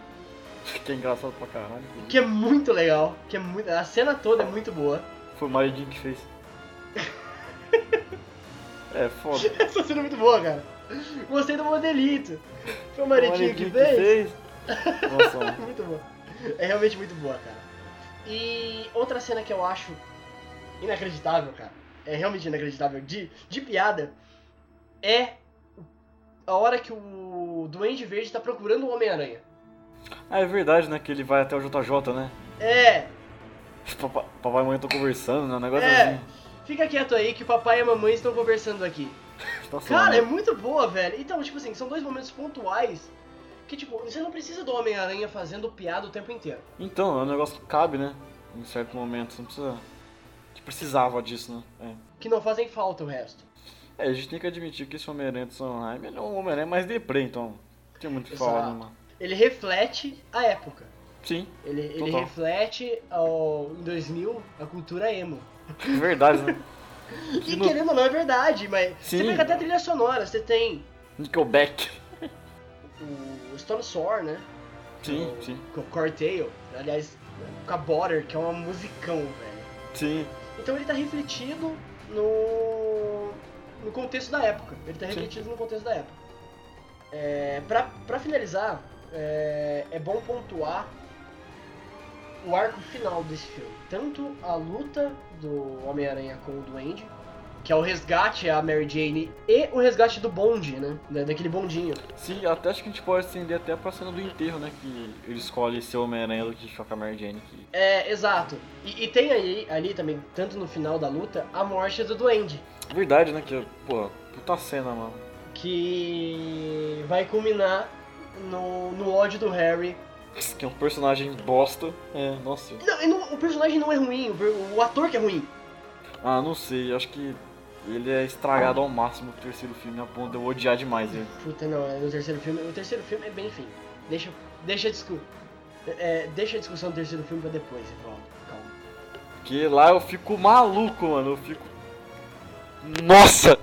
C: Que é engraçado pra caralho. inclusive.
A: que é muito legal, que é muito, a cena toda é muito boa.
C: Foi o Maridinho que fez. é, foda.
A: Essa cena é muito boa, cara. Gostei do modelito. Foi o Maritinho que
C: Maridinho
A: fez.
C: fez. Nossa, mano.
A: Muito boa. É realmente muito boa, cara. E outra cena que eu acho inacreditável, cara, é realmente inacreditável de, de piada, é a hora que o Duende Verde tá procurando o Homem-Aranha.
C: Ah, é verdade, né? Que ele vai até o JJ, né?
A: É,
C: Papa- Papai e mãe estão conversando, né? O negócio
A: É.
C: assim.
A: Fica quieto aí que o papai e a mamãe estão conversando aqui.
C: Nossa,
A: Cara, é
C: mano.
A: muito boa, velho. Então, tipo assim, são dois momentos pontuais que, tipo, você não precisa do Homem-Aranha fazendo piada o tempo inteiro.
C: Então, é um negócio que cabe, né? Em certo momento. Você não precisa. Que precisava disso, né? É.
A: Que não fazem falta o resto.
C: É, a gente tem que admitir que esse Homem-Aranha de Sanheim ele é um Homem-Aranha mais deprê, então. Não tem muito o que falar, né,
A: Exato.
C: mano?
A: Ele reflete a época.
C: Sim,
A: Ele, ele
C: Total.
A: reflete, ao, em 2000, a cultura emo.
C: é verdade, né?
A: E
C: no-
A: querendo ou não, é verdade, mas você
C: Sim.
A: pega até a trilha sonora. Você tem
C: Nickelback.
A: o Stone Sour, né?
C: Sim,
A: O-
C: sim,
A: Com o Core Tail. Aliás, com a Border, que é uma musicão, velho.
C: sim.
A: Então ele tá refletido no, no contexto da época. Ele tá
C: Sim.
A: refletido no contexto da época. É, pra, pra finalizar, é, é bom pontuar o arco final desse filme. Tanto a luta do Homem-Aranha com o Duende, que é o resgate à Mary Jane, e o resgate do bonde, né? Da- Daquele bondinho.
C: Sim, até acho que a gente pode estender até pra cena do enterro, né? Que ele escolhe ser o Homem-Aranha do que ficar com a Mary Jane. Que...
A: É, exato. E, e tem ali, ali também, tanto no final da luta, a morte do Duende.
C: Verdade, né? Que, porra, puta cena, mano.
A: que vai culminar no, no ódio do Harry.
C: Que é um personagem bosta. É, nossa.
A: Não, e não- o personagem não é ruim, o, per- o ator que é ruim.
C: Ah, não sei, acho que ele é estragado ao máximo no terceiro filme, a ponto de eu odiar demais ele.
A: Puta, não, é no terceiro filme. O terceiro filme é bem fim. Deixa, deixa, a discu é, deixa a discussão do terceiro filme pra depois, Evaldo. Calma.
C: Porque lá eu fico maluco, mano. Eu fico. Nossa!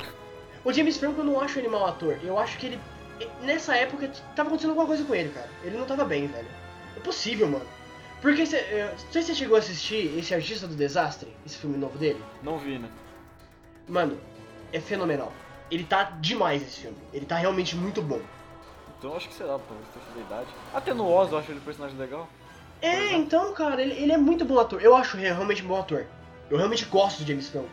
A: O James Franco eu não acho ele mau ator. Eu acho que ele. e- Nessa época t- tava acontecendo alguma coisa com ele, cara. Ele não tava bem, velho. É possível, mano. Porque cê, eh, não sei se você chegou a assistir esse Artista do Desastre, esse filme novo dele.
C: Não vi, né?
A: Mano, é fenomenal. Ele tá demais esse filme. Ele tá realmente muito bom.
C: Então acho que será, pô, se eu da idade. Até no Oz eu acho ele um personagem legal.
A: É, então, cara, ele, ele é muito bom ator. Eu acho ele realmente bom ator. Eu realmente gosto do James Franco.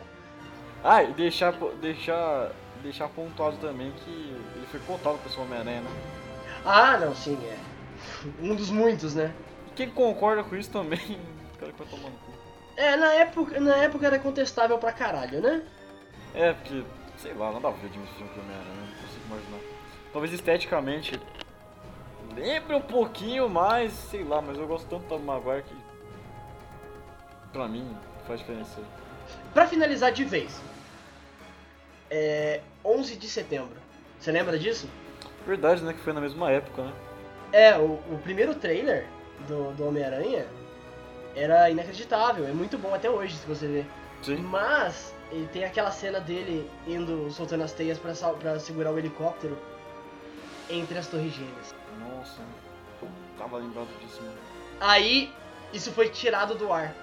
C: Ah, e deixar, po- deixar, deixar pontuado também que ele foi contado pro seu Homem-Aranha, né?
A: Ah, não, sim, é. Um dos muitos, né?
C: E quem concorda com isso também, o cara que vai tomando cu.
A: É, na época, na época era contestável pra caralho, né?
C: É, porque, sei lá, nada a ver de um filme com Homem-Aranha, não consigo imaginar. Talvez esteticamente lembre um pouquinho mais, sei lá, mas eu gosto tanto do Tom Maguire que pra mim faz diferença.
A: Pra finalizar de vez. É. 11 de setembro. Você lembra disso?
C: Verdade, né, que foi na mesma época, né?
A: É, o, o primeiro trailer do, do Homem-Aranha era inacreditável. É muito bom até hoje, se você ver.
C: Sim.
A: Mas ele tem aquela cena dele indo soltando as teias pra, sal- pra segurar o helicóptero entre as torres gêmeas.
C: Nossa, eu tava lembrado disso, mano.
A: Aí isso foi tirado do ar.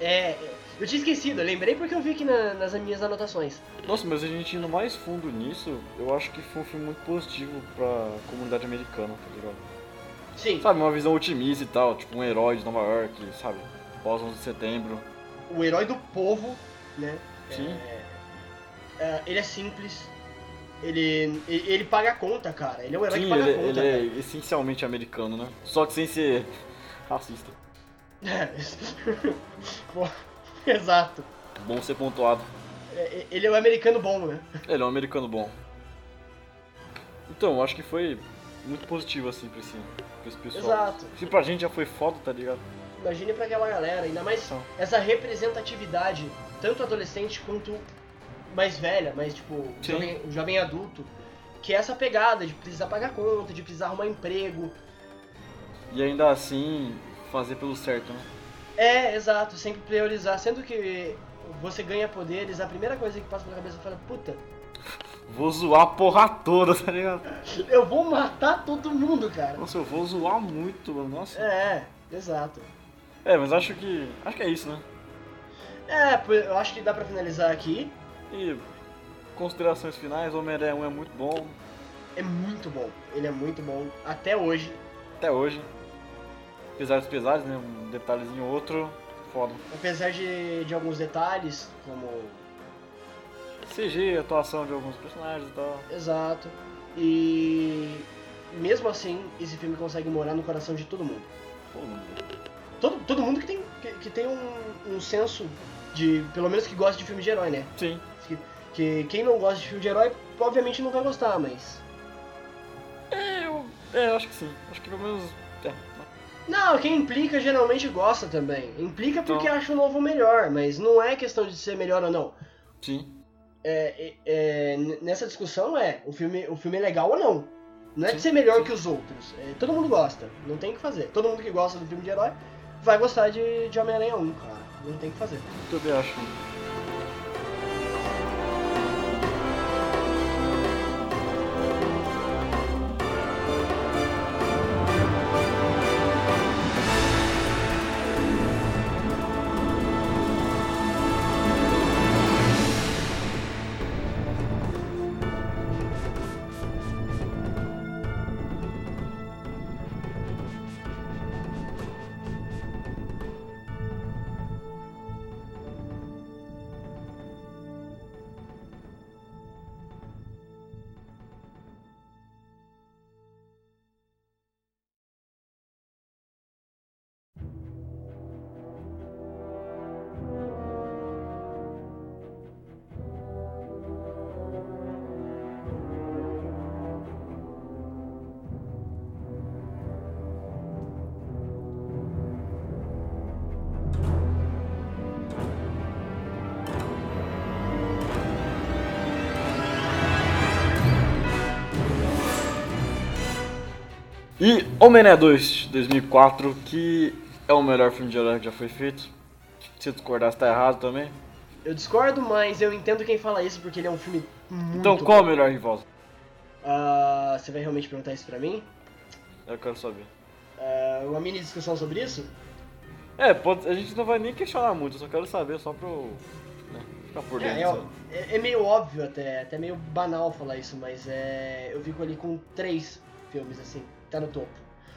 A: É, Eu tinha esquecido, eu lembrei porque eu vi aqui na- nas minhas anotações.
C: Nossa, mas a gente indo mais fundo nisso, eu acho que foi um filme muito positivo pra comunidade americana, tá ligado?
A: Sim,
C: Sabe, uma visão otimista e tal, tipo um herói de Nova York, sabe? Pós 11 de setembro.
A: o herói do povo, né?
C: Sim.
A: É, é, ele é simples. Ele, ele ele paga a conta, cara. Ele é um herói que
C: Sim,
A: paga
C: ele,
A: a conta. né?
C: ele é essencialmente americano, né? Só que sem ser racista.
A: É. Pô, exato.
C: Bom ser pontuado.
A: É, Ele é o americano bom, né?
C: Ele é um americano bom. Então, eu acho que foi muito positivo, assim, pra esse, pra esse pessoal.
A: Exato.
C: Se pra gente já foi foda, tá ligado?
A: Imagine pra aquela galera, ainda mais
C: Então.
A: essa representatividade, tanto adolescente quanto mais velha, mais tipo,
C: Sim.
A: jovem, jovem adulto, que é essa pegada de precisar pagar conta, de precisar arrumar emprego.
C: E ainda assim, fazer pelo certo, né?
A: É, exato, sempre priorizar. Sendo que você ganha poderes, a primeira coisa que passa pela cabeça fala, puta,
C: Vou zoar a porra toda, tá ligado?
A: eu vou matar todo mundo, cara.
C: Nossa, eu vou zoar muito, mano. Nossa.
A: É, exato.
C: É, mas acho que. Acho que é isso, né?
A: É, pô, eu acho que dá pra finalizar aqui.
C: E considerações finais, Homem-Aranha 1 é muito bom
A: É muito bom, ele é muito bom. Até hoje,
C: até hoje. Apesar dos pesares, né? Um detalhezinho ou outro. Foda.
A: apesar de, de alguns detalhes, como
C: CG, atuação de alguns personagens e tal.
A: Exato. E mesmo assim, esse filme consegue morar no coração de todo mundo.
C: Pô, mano.
A: Todo, todo mundo que tem, que, que tem um, um senso de. Pelo menos que gosta de filme de herói, né?
C: Sim.
A: Que, que quem não gosta de filme de herói, obviamente não vai gostar, mas.
C: É, eu. É, eu acho que sim. Acho que pelo menos. É.
A: Não, quem implica geralmente gosta também. Implica porque
C: Então.
A: acha o novo melhor, mas não é questão de ser melhor ou não.
C: Sim.
A: É, é, é, n- nessa discussão é o filme, o filme é legal ou não. Não é de
C: Sim,
A: ser melhor
C: sim.
A: que os outros. É, todo mundo gosta, não tem o que fazer. Todo mundo que gosta do filme de herói vai gostar de, de Homem-Aranha 1, cara. Não tem o que fazer.
C: Eu também acho. E Homem-Aranha 2, 2004, que é o melhor filme de herói que já foi feito. Se eu discordar, você tá errado também.
A: Eu discordo, mas eu entendo quem fala isso porque ele é um filme muito.
C: Então, qual é o melhor rival?
A: Ah, você vai realmente perguntar isso pra mim?
C: Eu quero saber.
A: Ah, uma mini discussão sobre isso?
C: É, pode- a gente não vai nem questionar muito, eu só quero saber, só pra eu né, ficar por dentro.
A: É,
C: sabe?
A: é- é meio óbvio até, até meio banal falar isso, mas é. Eu fico ali com três filmes assim, tá no topo.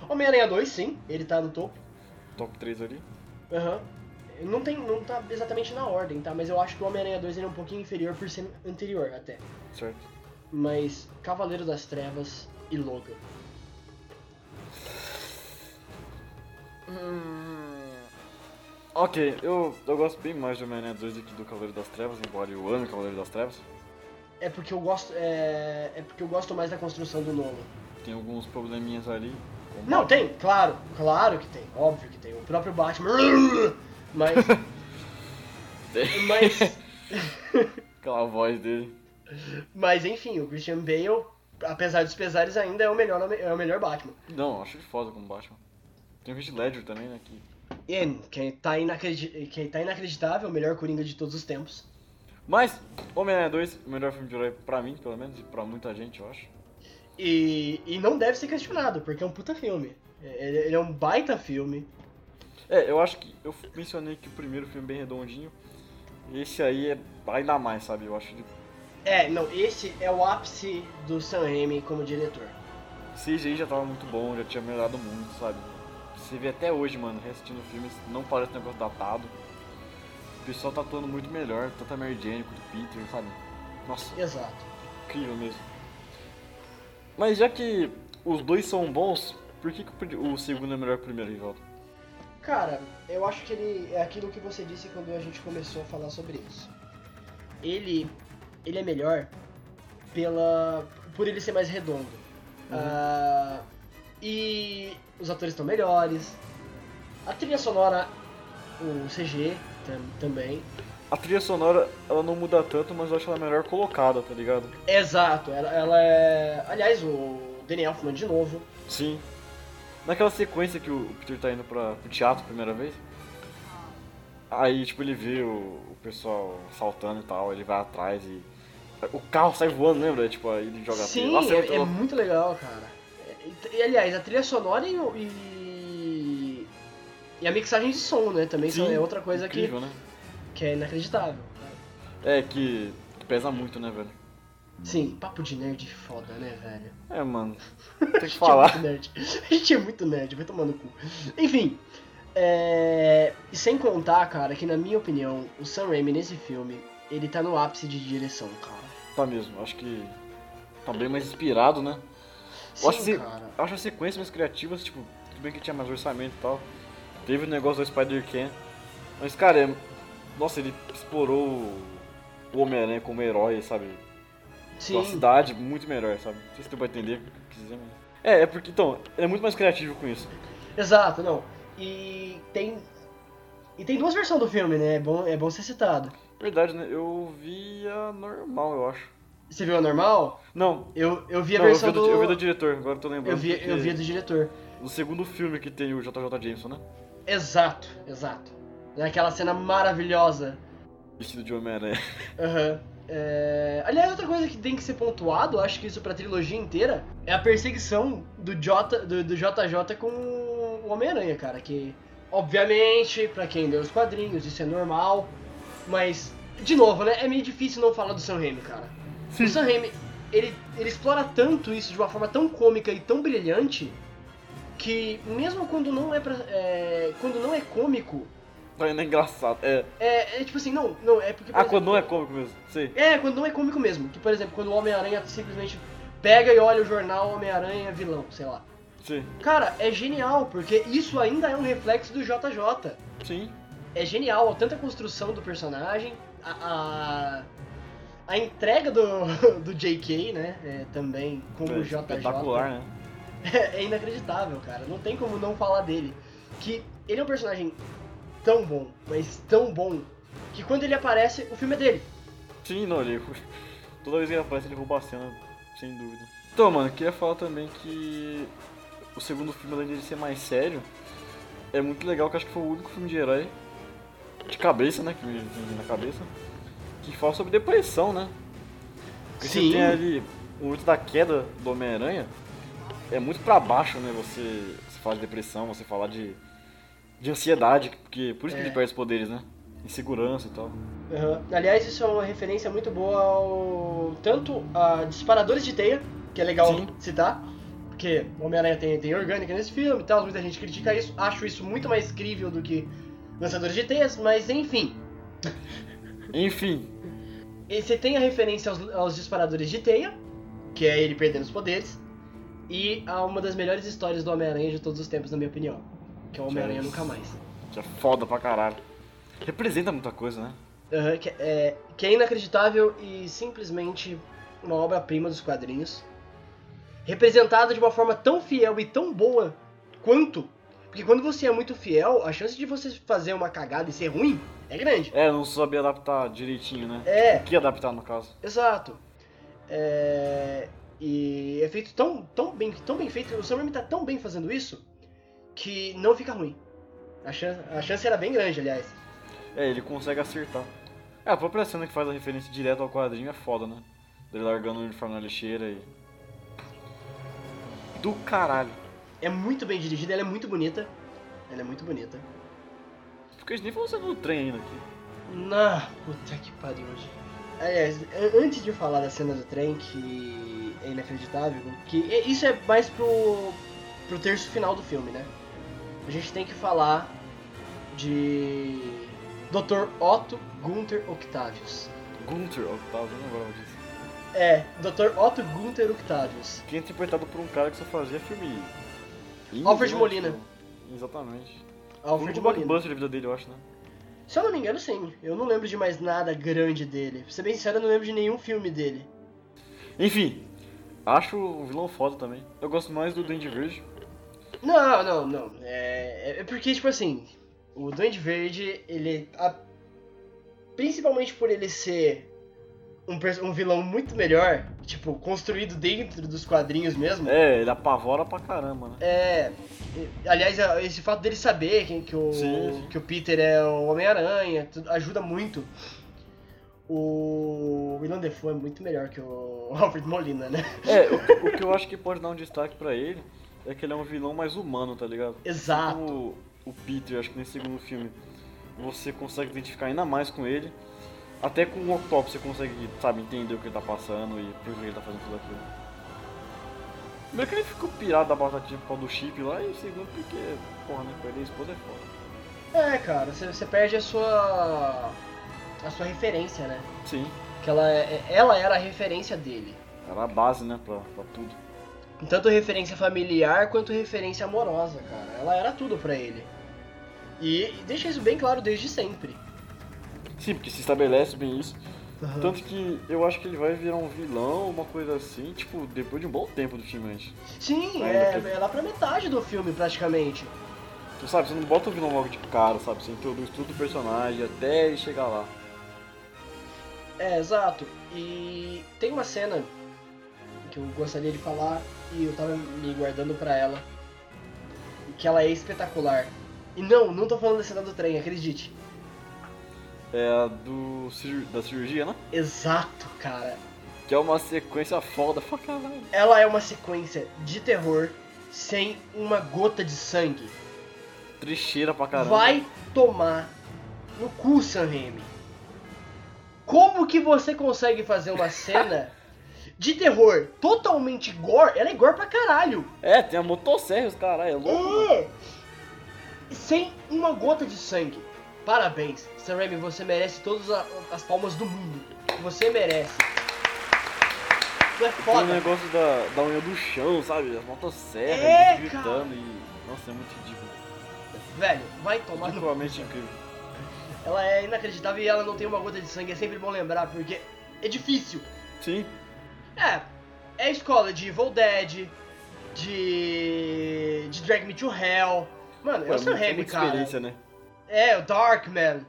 A: Homem-Aranha 2, sim, ele tá no topo.
C: Top 3 ali.
A: Aham. Não, tem, não tá exatamente na ordem, tá? Mas eu acho que o Homem-Aranha 2 ele é um pouquinho inferior por ser anterior até.
C: Certo.
A: Mas Cavaleiro das Trevas e Logan. Hum.
C: Ok, eu, eu gosto bem mais de Homem-Aranha 2 do que do Cavaleiro das Trevas, embora eu ame o Cavaleiro das Trevas.
A: É porque eu gosto. É, é porque eu gosto mais da construção do Nolan.
C: Tem alguns probleminhas ali. como-
A: Não, tem, claro, claro que tem, óbvio que tem. O próprio Batman. Mas.
C: Tem.
A: mas.
C: Aquela voz dele.
A: Mas enfim, o Christian Bale, apesar dos pesares, ainda é o melhor, é o melhor Batman.
C: Não, acho ele foda como Batman. Tem o Heath Ledger também, né? Que...
A: E quem tá, inacredi- quem tá inacreditável, o melhor Coringa de todos os tempos.
C: Mas, Homem-Aranha 2, o melhor filme de herói pra mim, pelo menos, e pra muita gente, eu acho.
A: E, e não deve ser questionado, porque é um puta filme. É- Ele, ele é um baita filme.
C: É, eu acho que eu mencionei que o primeiro filme é bem redondinho. Esse aí é ainda mais, sabe? Eu acho que
A: É, não, esse é o ápice do Sam Raimi como diretor.
C: CGI já tava muito bom, já tinha melhorado muito, sabe? Você vê até hoje, mano, reassistindo o filme, não parece um negócio datado. O pessoal tá atuando muito melhor, tanto a Mary Jane quanto o Peter, sabe? Nossa, é
A: Exato.
C: incrível mesmo. Mas já que os dois são bons, por que, que o pri- o segundo é melhor que o primeiro, Rivaldo?
A: Cara, eu acho que ele é aquilo que você disse quando a gente começou a falar sobre isso. Ele, ele é melhor pela por ele ser mais redondo. Ah, e os atores estão melhores. A trilha sonora, o CG tam- também.
C: A trilha sonora, ela não muda tanto, mas eu acho ela melhor colocada, tá ligado?
A: Exato, ela, ela é. Aliás, o Danny Elfman de novo.
C: Sim. Naquela sequência que o Peter tá indo pra, pro teatro a primeira vez. Aí, tipo, ele vê o, o pessoal saltando e tal, ele vai atrás e. O carro sai voando, lembra? Tipo, aí ele joga a
A: Sim,
C: pilha. Nossa,
A: é,
C: muito
A: é
C: louco.
A: muito legal, cara. E, e, aliás, a trilha sonora e, o- e, e a mixagem de som, né? Também são-
C: Sim,
A: é outra coisa que,
C: incrível, né?
A: que é inacreditável.
C: É, que, que pesa muito, né, velho?
A: Sim, papo de nerd foda, né, velho?
C: É, mano. Tem que
A: A gente é
C: falar.
A: muito nerd. A gente é muito nerd, vai tomar no cu. Enfim, é, e sem contar, cara, que na minha opinião, o Sam Raimi nesse filme, ele tá no ápice de direção, cara.
C: Tá mesmo, acho que. Tá bem mais inspirado, né? Eu acho,
A: Sim,
C: se-
A: cara.
C: eu acho as sequências mais criativas, tipo, tudo bem que tinha mais orçamento e tal. Teve o negócio do Spider-Can. Mas, cara, é- nossa, ele explorou o Homem-Aranha como herói, sabe? Uma
A: Sim,
C: cidade muito melhor, sabe? Não sei se tu vai entender o que eu quis dizer, mas... É, é porque, então, ele é muito mais criativo com isso.
A: exato, não. E tem... E tem duas versões do filme, né? É bom, é bom ser citado.
C: Verdade, né? Eu vi a normal, eu acho.
A: Você viu a normal?
C: Não,
A: Eu, eu vi a
C: não eu, vi
A: versão
C: a do, eu vi a do
A: do...
C: diretor, agora eu tô lembrando.
A: Eu vi,
C: porque
A: eu vi a do diretor.
C: No segundo filme que tem o JJ Jameson, né?
A: Exato, exato. Naquela cena maravilhosa.
C: Vestido de Homem-Aranha.
A: Aham. É, Aliás, outra coisa que tem que ser pontuado, acho que isso pra trilogia inteira, é a perseguição do, J, do, do JJ com o Homem-Aranha, cara. Que, obviamente, pra quem lê os quadrinhos, isso é normal. Mas, de novo, né? É meio difícil não falar do Sam Raimi, cara. O Sam Raimi, ele, ele explora tanto isso de uma forma tão cômica e tão brilhante que, mesmo quando não é, pra, é, quando não é cômico,
C: Tá ainda engraçado. É.
A: é, é tipo assim, não, não, é porque... por
C: Ah,
A: exemplo,
C: quando não é cômico mesmo, sei.
A: é, quando não é cômico mesmo. Que, por exemplo, quando o Homem-Aranha simplesmente pega e olha o jornal Homem-Aranha vilão, sei lá.
C: Sim.
A: Cara, é genial, porque isso ainda é um reflexo do JJ.
C: Sim.
A: É genial, tanto a construção do personagem, a. a... a entrega do, do JK, né? é, também, como o
C: É
A: JJ.
C: espetacular, né?
A: É, é inacreditável, cara. Não tem como não falar dele. Que ele é um personagem tão bom, mas tão bom, que quando ele aparece, o filme é dele.
C: Sim, não, ele. Toda vez que ele aparece, ele rouba a cena, sem dúvida. Então, mano, eu queria falar também que o segundo filme, além dele ser mais sério, é muito legal, que eu acho que foi o único filme de herói de cabeça, né? Que me vem na cabeça. Que fala sobre depressão, né? Porque
A: Sim.
C: você tem ali o momento da queda do Homem-Aranha. É muito pra baixo, né? Você, você falar de depressão, você falar de, de ansiedade, porque por isso que
A: É.
C: ele perde os poderes, né? Insegurança e tal.
A: Aham. Aliás, isso é uma referência muito boa ao. Tanto a disparadores de teia, que é legal
C: Sim.
A: citar, porque o Homem-Aranha tem, tem orgânica nesse filme e tal, muita gente critica isso, acho isso muito mais crível do que lançadores de teias, mas enfim.
C: Enfim,
A: E você tem a referência aos, aos disparadores de teia, que é ele perdendo os poderes, e a uma das melhores histórias do Homem-Aranha de todos os tempos, na minha opinião, que é o Homem-Aranha
C: Yes.
A: Nunca Mais.
C: que é foda pra caralho. Representa muita coisa, né?
A: Aham, que, é, que é inacreditável e simplesmente uma obra-prima dos quadrinhos. Representada de uma forma tão fiel e tão boa quanto. Porque quando você é muito fiel, a chance de você fazer uma cagada e ser ruim é grande.
C: É, não soube adaptar direitinho, né?
A: É,
C: O que adaptar no caso?
A: exato. É, e é feito tão, tão, bem, tão bem feito, o Sam Raimi tá tão bem fazendo isso que não fica ruim. A chance, a chance era bem grande, aliás.
C: É, ele consegue acertar. É, a própria cena que faz a referência direta ao quadrinho é foda, né? Dele largando o uniforme na lixeira e. Do caralho.
A: É muito bem dirigida, ela é muito bonita. Ela é muito bonita.
C: Porque a gente nem falou sobre o trem ainda aqui.
A: Na puta que pariu hoje. Aliás, a- antes de falar da cena do trem, que é inacreditável, que e- isso é mais pro, pro terço final do filme, né? A gente tem que falar de Dr. Otto Gunther Octavius.
C: Gunther, Octavio, eu não lembrava disso.
A: É, Dr. Otto Gunther Octavius.
C: Que é interpretado por um cara que só fazia filme. indie,
A: Alfred
C: né?
A: Molina.
C: Tipo, Exatamente.
A: Alfred
C: o único
A: Molina.
C: blockbuster da vida dele, eu acho, né?
A: Se eu não me engano, sim. Eu não lembro de mais nada grande dele. Pra ser bem sincero, eu não lembro de nenhum filme dele.
C: Enfim, acho o vilão foda também. Eu gosto mais do Duende Verde.
A: Não, não, não. É, é porque, tipo assim, o Duende Verde, ele. a- principalmente por ele ser um, pers- um vilão muito melhor, tipo, construído dentro dos quadrinhos mesmo.
C: É, ele apavora pra caramba, né?
A: É, e- aliás, a- esse fato dele saber quem que o,
C: Sim, sim.
A: que o Peter é o Homem-Aranha tu- ajuda muito. O Willem Defoe é muito melhor que o Alfred Molina, né?
C: É, o, que- o que eu acho que pode dar um destaque pra ele é que ele é um vilão mais humano, tá ligado?
A: Exato.
C: Como o Peter, acho que nesse segundo filme, você consegue identificar ainda mais com ele. Até com o Octopus você consegue, sabe, entender o que ele tá passando e por que ele tá fazendo tudo aquilo. Primeiro que ele ficou pirado da batatinha por causa do chip lá, e segundo porque, porra, né, perder a esposa é foda.
A: É, cara, você, você perde a sua. a sua referência, né?
C: Sim,
A: Que ela, é- ela era a referência dele.
C: era a base, né, pra, pra tudo.
A: Tanto referência familiar quanto referência amorosa, cara. Ela era tudo pra ele. E deixa isso bem claro desde sempre.
C: Sim, porque se estabelece bem isso. Tanto que eu acho que ele vai virar um vilão, uma coisa assim, tipo, depois de um bom tempo do filme antes.
A: Sim,
C: Ainda
A: é,
C: que-
A: é lá pra metade do filme, praticamente.
C: Tu sabe, você não bota o vilão logo de cara, sabe? Você introduz tudo o personagem até ele chegar lá.
A: É, exato. E tem uma cena que eu gostaria de falar e eu tava me guardando pra ela. Que ela é espetacular. E não, não tô falando da cena do trem, acredite.
C: É a do cir- da cirurgia, né?
A: Exato, cara.
C: Que é uma sequência foda pra caralho.
A: Ela é uma sequência de terror sem uma gota de sangue.
C: Trecheira pra caramba.
A: Vai tomar no cu, Sam Raimi. Como que você consegue fazer uma cena de terror totalmente gore? Ela é gore pra caralho.
C: É, tem a motosserra, os caralho, é louco. mano.
A: É. Sem uma gota de sangue. Parabéns, Sam Raimi, você merece todas a- as palmas do mundo. Você merece. Tu é
C: Tem o
A: foda.
C: negócio da, da unha do chão, sabe? As motosserras,
A: É,
C: gente
A: cara.
C: gritando e. Nossa, é muito ridículo. um
A: Velho, vai tomar no
C: Particularmente incrível.
A: Ela é inacreditável e ela não tem uma gota de sangue, é sempre bom lembrar, porque é difícil.
C: Sim,
A: É, é a escola de Evil Dead, de. de Drag Me to Hell. Mano, é
C: pô,
A: eu sou
C: É muito-
A: Remy,
C: muita
A: cara.
C: experiência, né?
A: É, o Darkman.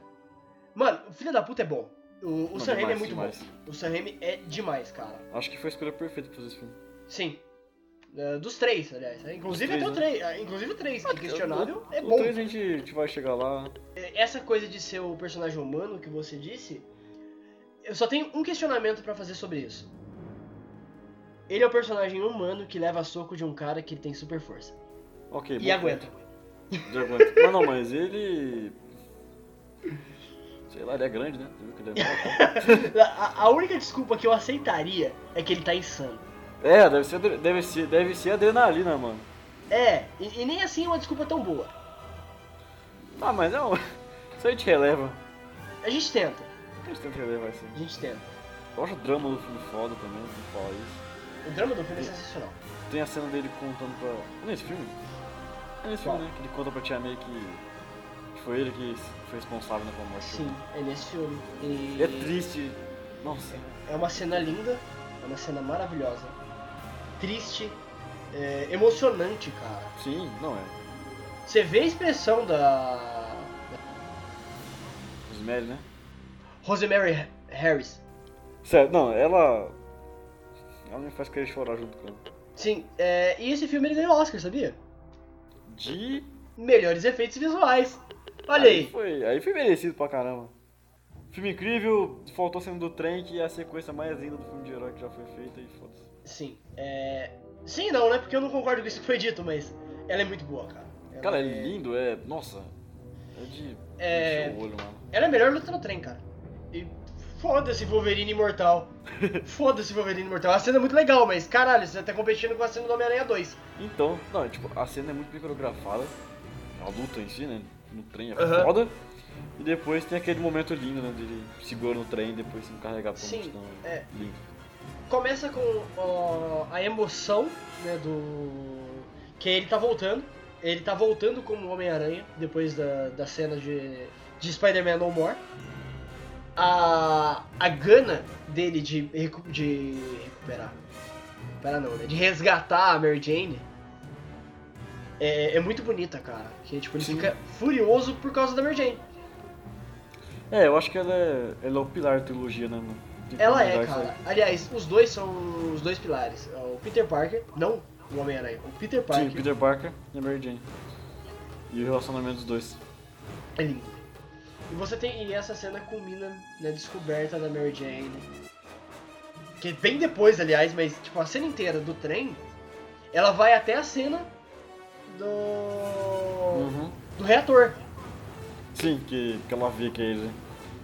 A: Mano, o filho da puta é bom. O, o
C: Não,
A: Sam Raimi é
C: demais,
A: muito
C: demais.
A: bom. O Sam Raimi é demais, cara.
C: Acho que foi a escolha perfeita pra fazer esse filme.
A: Sim. É, dos três, aliás. Inclusive
C: Dos
A: até o
C: três, né?
A: três. é, Inclusive o três, que é questionável,
C: O-
A: é
C: o
A: bom.
C: três a gente, a gente vai chegar lá.
A: essa coisa de ser o personagem humano que você disse, eu só tenho um questionamento pra fazer sobre isso. Ele é o personagem humano que leva soco de um cara que tem super força.
C: Ok,
A: e aguenta.
C: De aguenta. Mas não, mas ele. Sei lá, ele é grande, né? Você viu que ele é alto?
A: A, a única desculpa que eu aceitaria é que ele tá insano.
C: É, deve ser, adre- deve ser, deve ser adrenalina, mano.
A: É, e, e nem assim é uma desculpa tão boa.
C: Ah, mas não. Isso a gente releva.
A: A gente tenta,
C: A gente tem que relevar isso.
A: a gente tenta.
C: Eu acho o drama do filme foda também, não falar isso.
A: O drama do filme é sensacional.
C: Tem a cena dele contando pra. Não é esse filme? É nesse filme,
A: Qual?
C: né? Que ele conta pra tia May que. que foi ele que foi responsável né, pela morte.
A: Sim, é nesse filme. E
C: É triste. Nossa.
A: É uma cena linda, é uma cena maravilhosa. Triste, é, emocionante, cara.
C: Sim, não é.
A: Você vê a expressão da
C: Rosemary, né?
A: Rosemary Ha- Harris.
C: Sério, não, ela. Ela me faz querer chorar junto com ela.
A: Sim, é, e esse filme ele ganhou Oscar, sabia?
C: De.
A: Melhores efeitos visuais. Olha aí.
C: Foi, aí foi merecido pra caramba. Filme incrível, faltou a cena do trem, que é a sequência mais linda do filme de herói que já foi feita e foda-se.
A: Sim, é... Sim, não, né? Porque eu não concordo com isso que foi dito, mas ela é muito boa, cara. Ela
C: Cara, é lindo, é. Nossa. É de.
A: É.
C: encher o olho, mano.
A: Era melhor luta no trem, cara. E foda-se Wolverine Imortal. foda-se Wolverine Imortal. A cena é muito legal, mas caralho, você tá competindo com a cena do Homem-Aranha 2.
C: Então, não, é, tipo, a cena é muito bem coreografada. A luta em si, né? No trem é
A: Aham.
C: foda. E depois tem aquele momento lindo, né? Dele segura no trem e depois se carregar pra
A: Sim,
C: multidão.
A: é.
C: Lindo.
A: Começa com ó, a emoção, né, do. Que ele tá voltando. Ele tá voltando como Homem-Aranha, depois da, da cena de, de Spider-Man No More. A, a gana dele de, recu- de recuperar. Recuperar não, né? De resgatar a Mary Jane. É, é muito bonita, cara. Que tipo, ele
C: Sim.
A: fica furioso por causa da Mary Jane.
C: É, eu acho que ela é, ela é o pilar da trilogia, né, mano? Tem que
A: Ela
C: comentar
A: é,
C: isso
A: cara. Aliás, os dois são os dois pilares. É O Peter Parker, não o Homem-Aranha, o Peter
C: aí.
A: Parker
C: Sim, Peter Parker e a Mary Jane. E o relacionamento dos dois.
A: é lindo. E você tem. E essa cena culmina na descoberta da Mary Jane. Que é bem depois, aliás, mas tipo, a cena inteira do trem, ela vai até a cena do.
C: Uhum.
A: do reator.
C: Sim, que, que ela vê que é ele.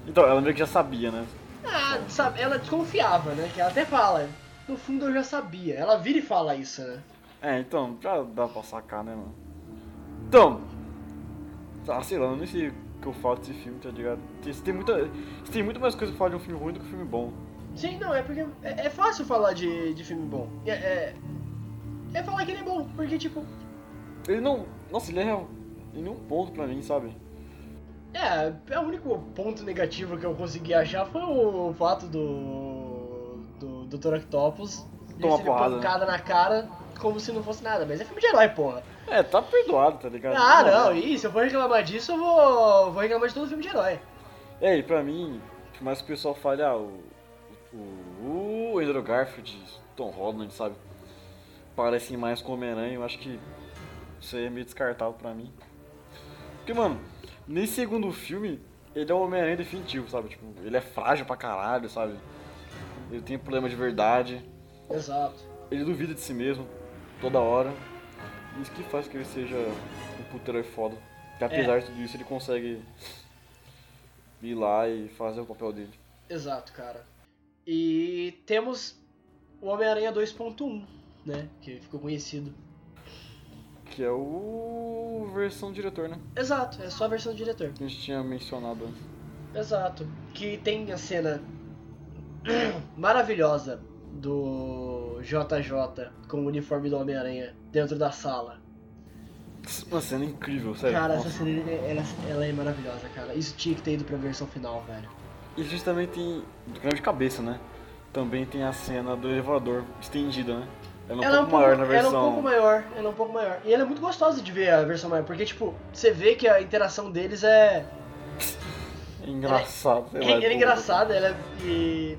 C: Então, ela meio que já sabia, né?
A: Ah, sabe, ela desconfiava, né? Que ela até fala. No fundo eu já sabia. Ela vira e fala isso, né?
C: É, então, já dá pra sacar, né, mano? Então, ah, sei lá, eu nem sei o que eu falo desse filme, tá ligado? Tem, tem, muita, tem muito mais coisa pra falar de um filme ruim do que um filme bom.
A: Sim, não, é porque é, é fácil falar de, de filme bom. É, é, é falar que ele é bom, porque, tipo,
C: Ele não. Nossa, ele é em nenhum ponto pra mim, sabe?
A: é, é o único ponto negativo que eu consegui achar foi o fato do. do Dr. Octopus
C: Tomar
A: receber
C: porrada, né?
A: pancada na cara como se não fosse nada, mas é filme de herói, porra.
C: É, tá perdoado, tá ligado?
A: Ah, não,
C: é.
A: e se eu for reclamar disso, eu vou, vou reclamar de todo filme de herói.
C: É, e pra mim, por mais que o pessoal fale, ah, o, o, o Andrew Garfield, Tom Holland, sabe? Parecem mais com o Homem-Aranha, eu acho que isso aí é meio descartável pra mim. Porque, mano, nesse segundo filme, ele é o Homem-Aranha definitivo, sabe? Tipo, ele é frágil pra caralho, sabe? Ele tem problema de verdade,
A: Exato.
C: ele duvida de si mesmo, toda hora. Isso que faz que ele seja um puto herói foda. Que apesar
A: É.
C: de tudo isso, ele consegue ir lá e fazer o papel dele.
A: Exato, cara. E temos o Homem-Aranha 2.1, né? Que ficou conhecido.
C: Que é o versão diretor, né?
A: Exato, é só a versão do diretor.
C: Que a gente tinha mencionado antes.
A: Exato. Que tem a cena maravilhosa do JJ com o uniforme do Homem-Aranha dentro da sala.
C: Uma cena incrível, sério.
A: Cara, essa
C: É, Nossa.
A: cena ela, ela é maravilhosa, cara. Isso tinha que ter ido pra versão final, velho.
C: E justamente tem. Do canal de cabeça, né? Também tem a cena do elevador estendida, né? Ela é um
A: ela, é um
C: pouco maior
A: ela
C: na
A: é um
C: versão.
A: pouco maior, ela é um pouco maior. E ela é muito gostosa de ver a versão maior, porque, tipo, você vê que a interação deles é.
C: É engraçado, sei lá,
A: É, ela é
C: bobo.
A: engraçada, ela é. E.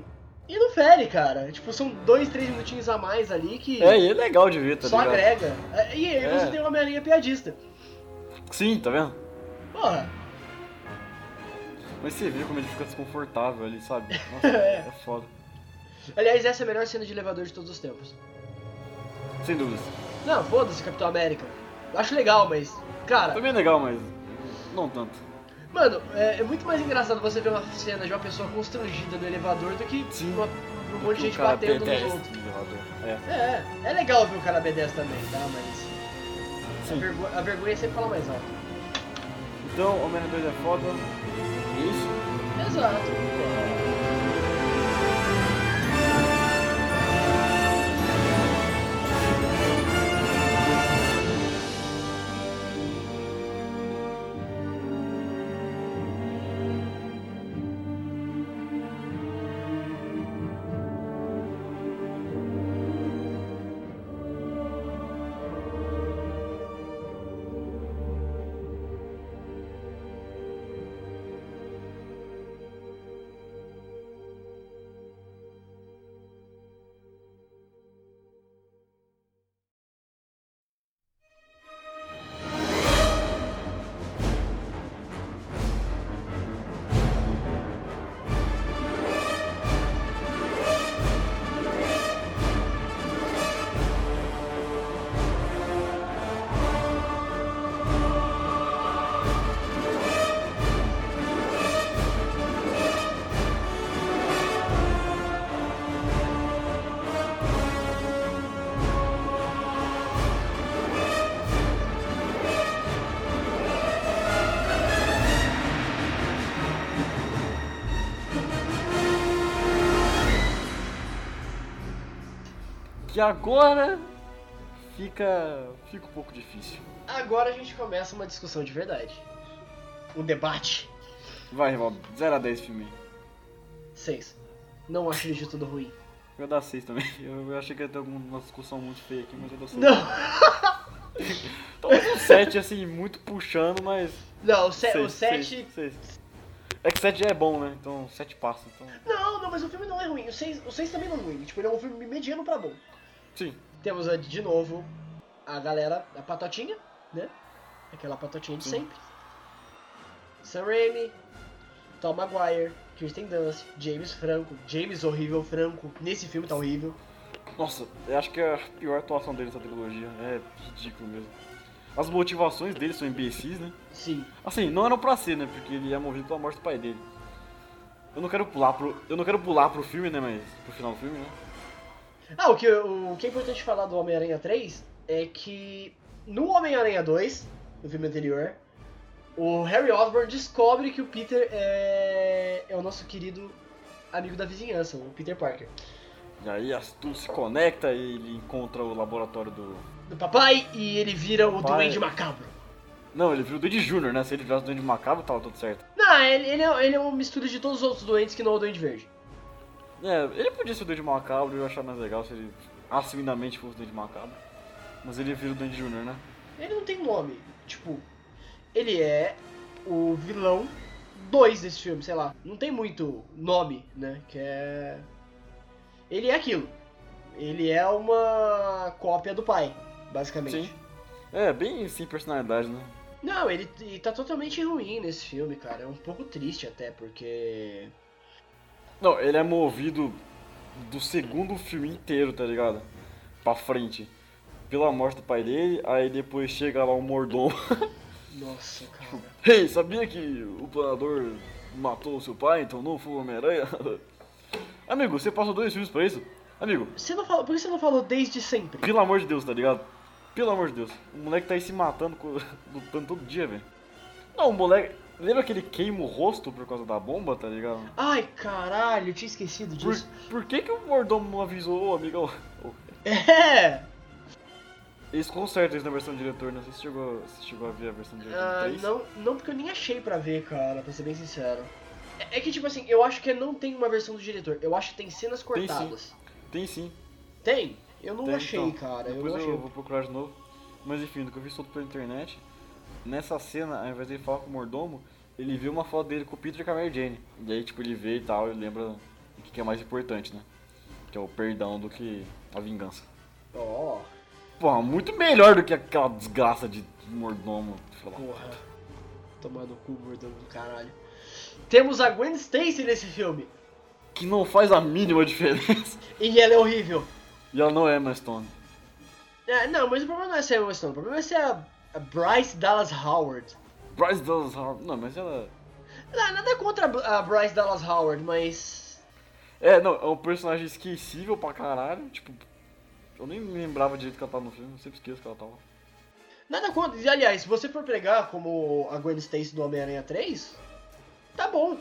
A: E não fere, cara. Tipo, são dois, três minutinhos a mais ali que.
C: É, e é legal de ver, tá
A: Só
C: ligado?
A: agrega. É, E aí você
C: É.
A: tem o Homem-Aranha piadista.
C: Sim, tá vendo?
A: Porra,
C: Mas você vê como ele fica desconfortável ali, sabe? Nossa, é foda.
A: aliás, essa é a melhor cena de elevador de todos os tempos.
C: Sem dúvidas.
A: Não, foda-se, Capitão América. Eu acho legal, mas. Cara,
C: Também é legal, mas não tanto.
A: mano, é, é muito mais engraçado você ver uma cena de uma pessoa constrangida no elevador do que
C: Sim.
A: uma- um monte de gente
C: cara
A: batendo
C: B10
A: nos outros.
C: no elevador. É,
A: É, é, é legal ver o cara B10 também, tá? Mas a,
C: sim.
A: vergo- a vergonha sempre fala mais alto.
C: Então, Homem-Aranha 2 é foda. É isso.
A: Exato.
C: Que agora fica. fica um pouco difícil.
A: Agora a gente começa uma discussão de verdade. Um debate.
C: Vai, Rivaldo, 0 a 10 filme. aí.
A: 6. Não acho de tudo ruim.
C: Eu ia dar 6 também. Eu eu achei que ia ter alguma discussão muito feia aqui, mas eu dou 6.
A: Não!
C: Talvez um 7, assim, muito puxando, mas.
A: Não, o, se, o 7.
C: seis, seis, seis. É que 7 é bom, né? Então 7 passa. Então...
A: Não, não, mas o filme não é ruim. O 6, o 6 também não é ruim. Tipo, ele é um filme mediano pra bom.
C: Sim.
A: Temos a- de novo a galera, a patotinha, né? Aquela patotinha de
C: Sim.
A: sempre. Sam Raimi, Tom Maguire, Kirsten Dunst, James Franco. James horrível Franco. Nesse filme tá horrível.
C: Nossa, eu acho que é a pior atuação dele nessa trilogia. É ridículo mesmo. As motivações dele são imbecis, né?
A: Sim.
C: Assim, não eram pra ser, né? Porque ele é movido pela morte do pai dele. Eu não quero pular pro. Eu não quero pular pro filme, né? Mas. Pro final do filme, né?
A: Ah, o que, o que é importante falar do Homem-Aranha 3 é que no Homem-Aranha 2, no filme anterior, o Harry Osborn descobre que o Peter é, é o nosso querido amigo da vizinhança, o Peter Parker.
C: E aí as- tu se conecta e ele encontra o laboratório do.
A: Do papai e ele vira o
C: Papai.
A: Duende Macabro.
C: Não, ele viu o Duende Jr., né? Se ele virasse o Duende Macabro, tava tudo certo.
A: Não, ele, ele é, ele é uma mistura de todos os outros doentes que não é o Duende Verde.
C: É, ele podia ser o Duende Macabro e eu achar mais legal se ele assumidamente fosse o Duende Macabro. Mas ele vira o Duende Jr., né?
A: Ele não tem nome. Tipo, ele é o vilão 2 desse filme, sei lá. Não tem muito nome, né? Que é. Ele é aquilo. Ele é uma cópia do pai, basicamente.
C: Sim. É, bem sem personalidade, né?
A: Não, ele, ele tá totalmente ruim nesse filme, cara. É um pouco triste até, porque.
C: Não, ele é movido do segundo filme inteiro, tá ligado? Pra frente. Pela morte do pai dele, aí depois chega lá o mordomo.
A: Nossa, cara.
C: Ei, sabia que o planador matou o seu pai, então não foi o Homem-Aranha? Amigo, você passou dois filmes pra isso? Amigo,
A: Você não fala, por que você não falou desde sempre?
C: pelo amor de Deus, tá ligado? Pelo amor de Deus. O moleque tá aí se matando, co- lutando todo dia, velho. Não, o moleque. Lembra que ele queima o rosto por causa da bomba, tá ligado?
A: Ai, caralho, eu tinha esquecido
C: Por,
A: disso.
C: por que, que o mordomo não avisou, ô, amigão?
A: É!
C: Eles consertam isso na versão diretor, não sei se chegou, se chegou a ver a versão diretor
A: Ah,
C: 3.
A: não, não, porque eu nem achei pra ver, cara, pra ser bem sincero. É, é que, tipo assim, eu acho que não tem uma versão do diretor. Eu acho que tem cenas
C: sim.
A: cortadas.
C: Tem sim.
A: Tem? Eu não
C: tem,
A: achei,
C: então.
A: cara. Eu
C: Depois
A: não
C: eu,
A: achei.
C: vou procurar de novo. Mas enfim, do que eu vi solto pela internet, nessa cena, ao invés de ele falar com o mordomo, ele vê uma foto dele com o Peter e com a Mary Jane. E aí, tipo, ele vê e tal, e lembra o que que é mais importante, né? Que é o perdão do que a vingança.
A: Ó,
C: Porra, muito melhor do que aquela desgraça de mordomo. sei lá.
A: porra. Tomando o cu, mordomo do caralho. Temos a Gwen Stacy nesse filme.
C: Que não faz a mínima diferença.
A: E ela é horrível.
C: E ela não é Emma Stone.
A: É, não, mas o problema não é ser a Emma Stone. O problema é ser a, a Bryce Dallas Howard.
C: Bryce Dallas Howard. Não, mas ela.
A: Não, nada contra a a Bryce Dallas Howard, mas...
C: É, não, é um personagem esquecível pra caralho. Tipo, eu nem me lembrava direito que ela tava no filme, eu sempre esqueço que ela tava.
A: Nada contra. E, aliás, se você for pegar como a Gwen Stacy do Homem-Aranha 3, tá bom.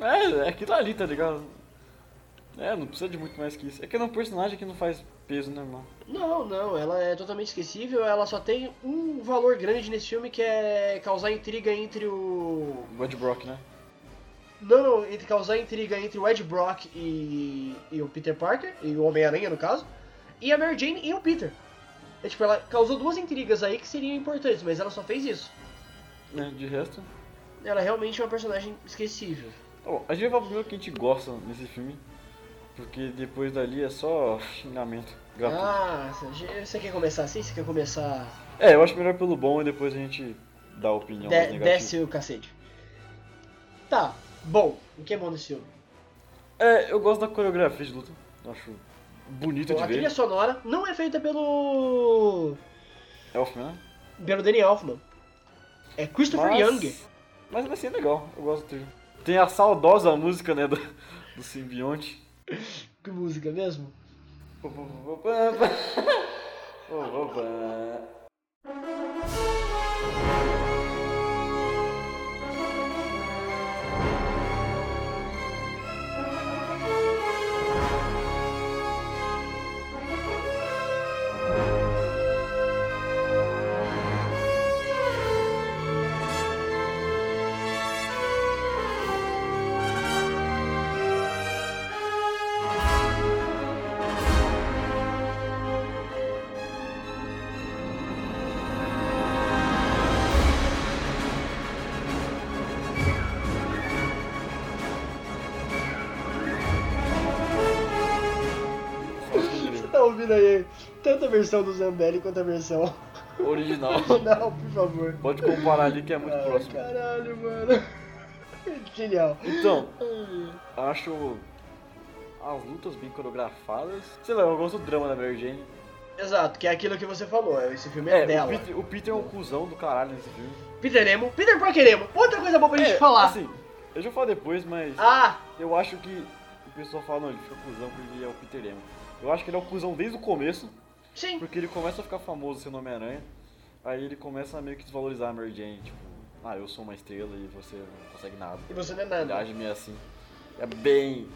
C: É, é aquilo ali, tá ligado? É, não precisa de muito mais que isso. É que ela é um personagem que não faz peso né, normal.
A: Não, não, ela é totalmente esquecível, ela só tem um valor grande nesse filme que é causar intriga entre o.
C: O Ed Brock, né?
A: Não, não, entre causar intriga entre o Ed Brock e, e o Peter Parker, e o Homem-Aranha no caso, e a Mary Jane e o Peter. É, tipo, ela causou duas intrigas aí que seriam importantes, mas ela só fez isso.
C: É, de resto.
A: Ela realmente é uma personagem esquecível.
C: Tá bom, a gente vai falar primeiro o que a gente gosta nesse filme. Porque depois dali é só xingamento gratuito.
A: Ah, você- você quer começar assim? Você quer começar.
C: É, eu acho melhor pelo bom e depois a gente dá a opinião É mais
A: De
C: negativa.
A: desce o cacete. Tá, bom. O que é bom nesse filme?
C: É, eu gosto da coreografia de luta. Acho bonito
A: Bom,
C: de
A: a
C: ver.
A: trilha sonora não é feita pelo.
C: Elfman, né?
A: pelo Danny Elfman. É Christopher
C: Mas-
A: Young.
C: Mas vai ser legal, eu gosto dele. Tem a saudosa música, né, do, do simbionte.
A: Que música mesmo? tá ouvindo aí tanto a versão do Zambelli quanto a versão
C: Original.
A: original, por favor.
C: Pode comparar ali que é muito
A: Ai,
C: próximo.
A: Caralho, mano. Genial.
C: Então, acho as lutas bem coreografadas. Sei lá, eu gosto do drama da Mary Jane.
A: Exato, que é aquilo que você falou, esse filme é,
C: É, o
A: dela.
C: Peter, o Peter é um cuzão do caralho nesse filme.
A: Peter Emo, Peter Parker Emo, outra coisa boa pra gente
C: é,
A: falar.
C: Assim, eu já falo depois, mas
A: Ah,
C: eu acho que o pessoal fala, não, ele fica cuzão porque ele é o Peter Emo. Eu acho que ele é um cuzão desde o começo,
A: sim.
C: porque ele começa a ficar famoso sendo Homem-Aranha. Aí ele começa a meio que desvalorizar a Mary Jane, tipo, ah, eu sou uma estrela e você não consegue nada.
A: E você não é
C: Ele
A: nada.
C: age meio assim. É bem.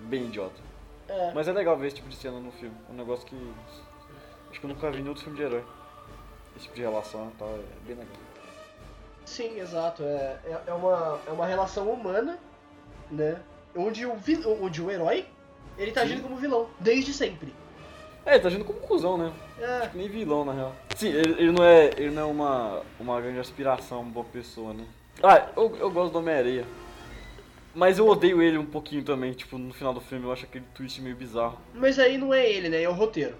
C: bem idiota.
A: É.
C: Mas é legal ver esse tipo de cena no filme. É um negócio que. Acho que eu nunca vi em outro filme de herói. Esse tipo de relação e tal, é bem legal.
A: Sim, exato. É, é, é uma, é uma relação humana, né? Onde o, vil- onde o herói, ele tá
C: Sim.
A: agindo como vilão, desde sempre.
C: É, ele tá agindo como um cuzão, né?
A: É,
C: Nem vilão, na real. Sim, ele, ele não é. Ele não é uma, uma grande aspiração, uma boa pessoa, né? Ah, eu, eu gosto do Homem-Areia. Mas eu odeio ele um pouquinho também, tipo, no final do filme eu acho aquele twist meio bizarro.
A: mas aí não é ele, né? É o roteiro.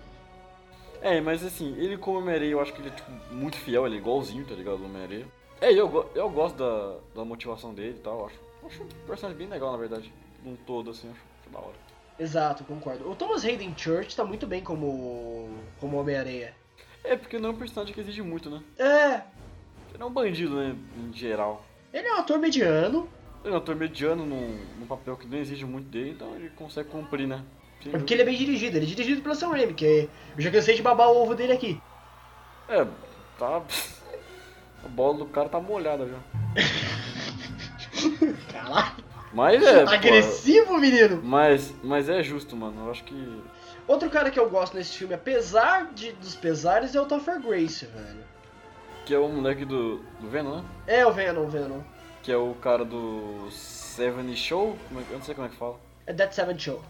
C: É, mas assim, ele como Homem-Aranha, eu acho que ele é tipo, muito fiel, ele é igualzinho, tá ligado, do Homem-Aranha. É, eu, go- eu gosto da, da motivação dele e tal, eu acho. eu Acho um personagem bem legal, na verdade. Num todo, assim, eu acho, acho da hora.
A: Exato, concordo. O Thomas Hayden Church tá muito bem como, como Homem-Aranha.
C: É, porque não é um personagem que exige muito, né?
A: É,
C: Ele é um bandido, né, em geral.
A: ele é um ator mediano.
C: Ele é um ator mediano num, num papel que não exige muito dele, então ele consegue cumprir, né? Sem
A: É porque ele é bem dirigido, ele é dirigido pela Sam Raimi, que eu já cansei de babar o ovo dele aqui.
C: dúvida. É, tá... A bola do cara tá molhada já.
A: Caralho,
C: Mas é, pô,
A: tá agressivo, menino!
C: mas, mas é justo, mano. Eu acho que
A: Outro cara que eu gosto nesse filme, apesar de, dos pesares, é o Topher Grace, velho.
C: Que é o moleque do, do Venom, né?
A: É o Venom, Venom.
C: Que é o cara do Seven Show. Como é que- eu não sei como é que fala.
A: É Dead Seven Show.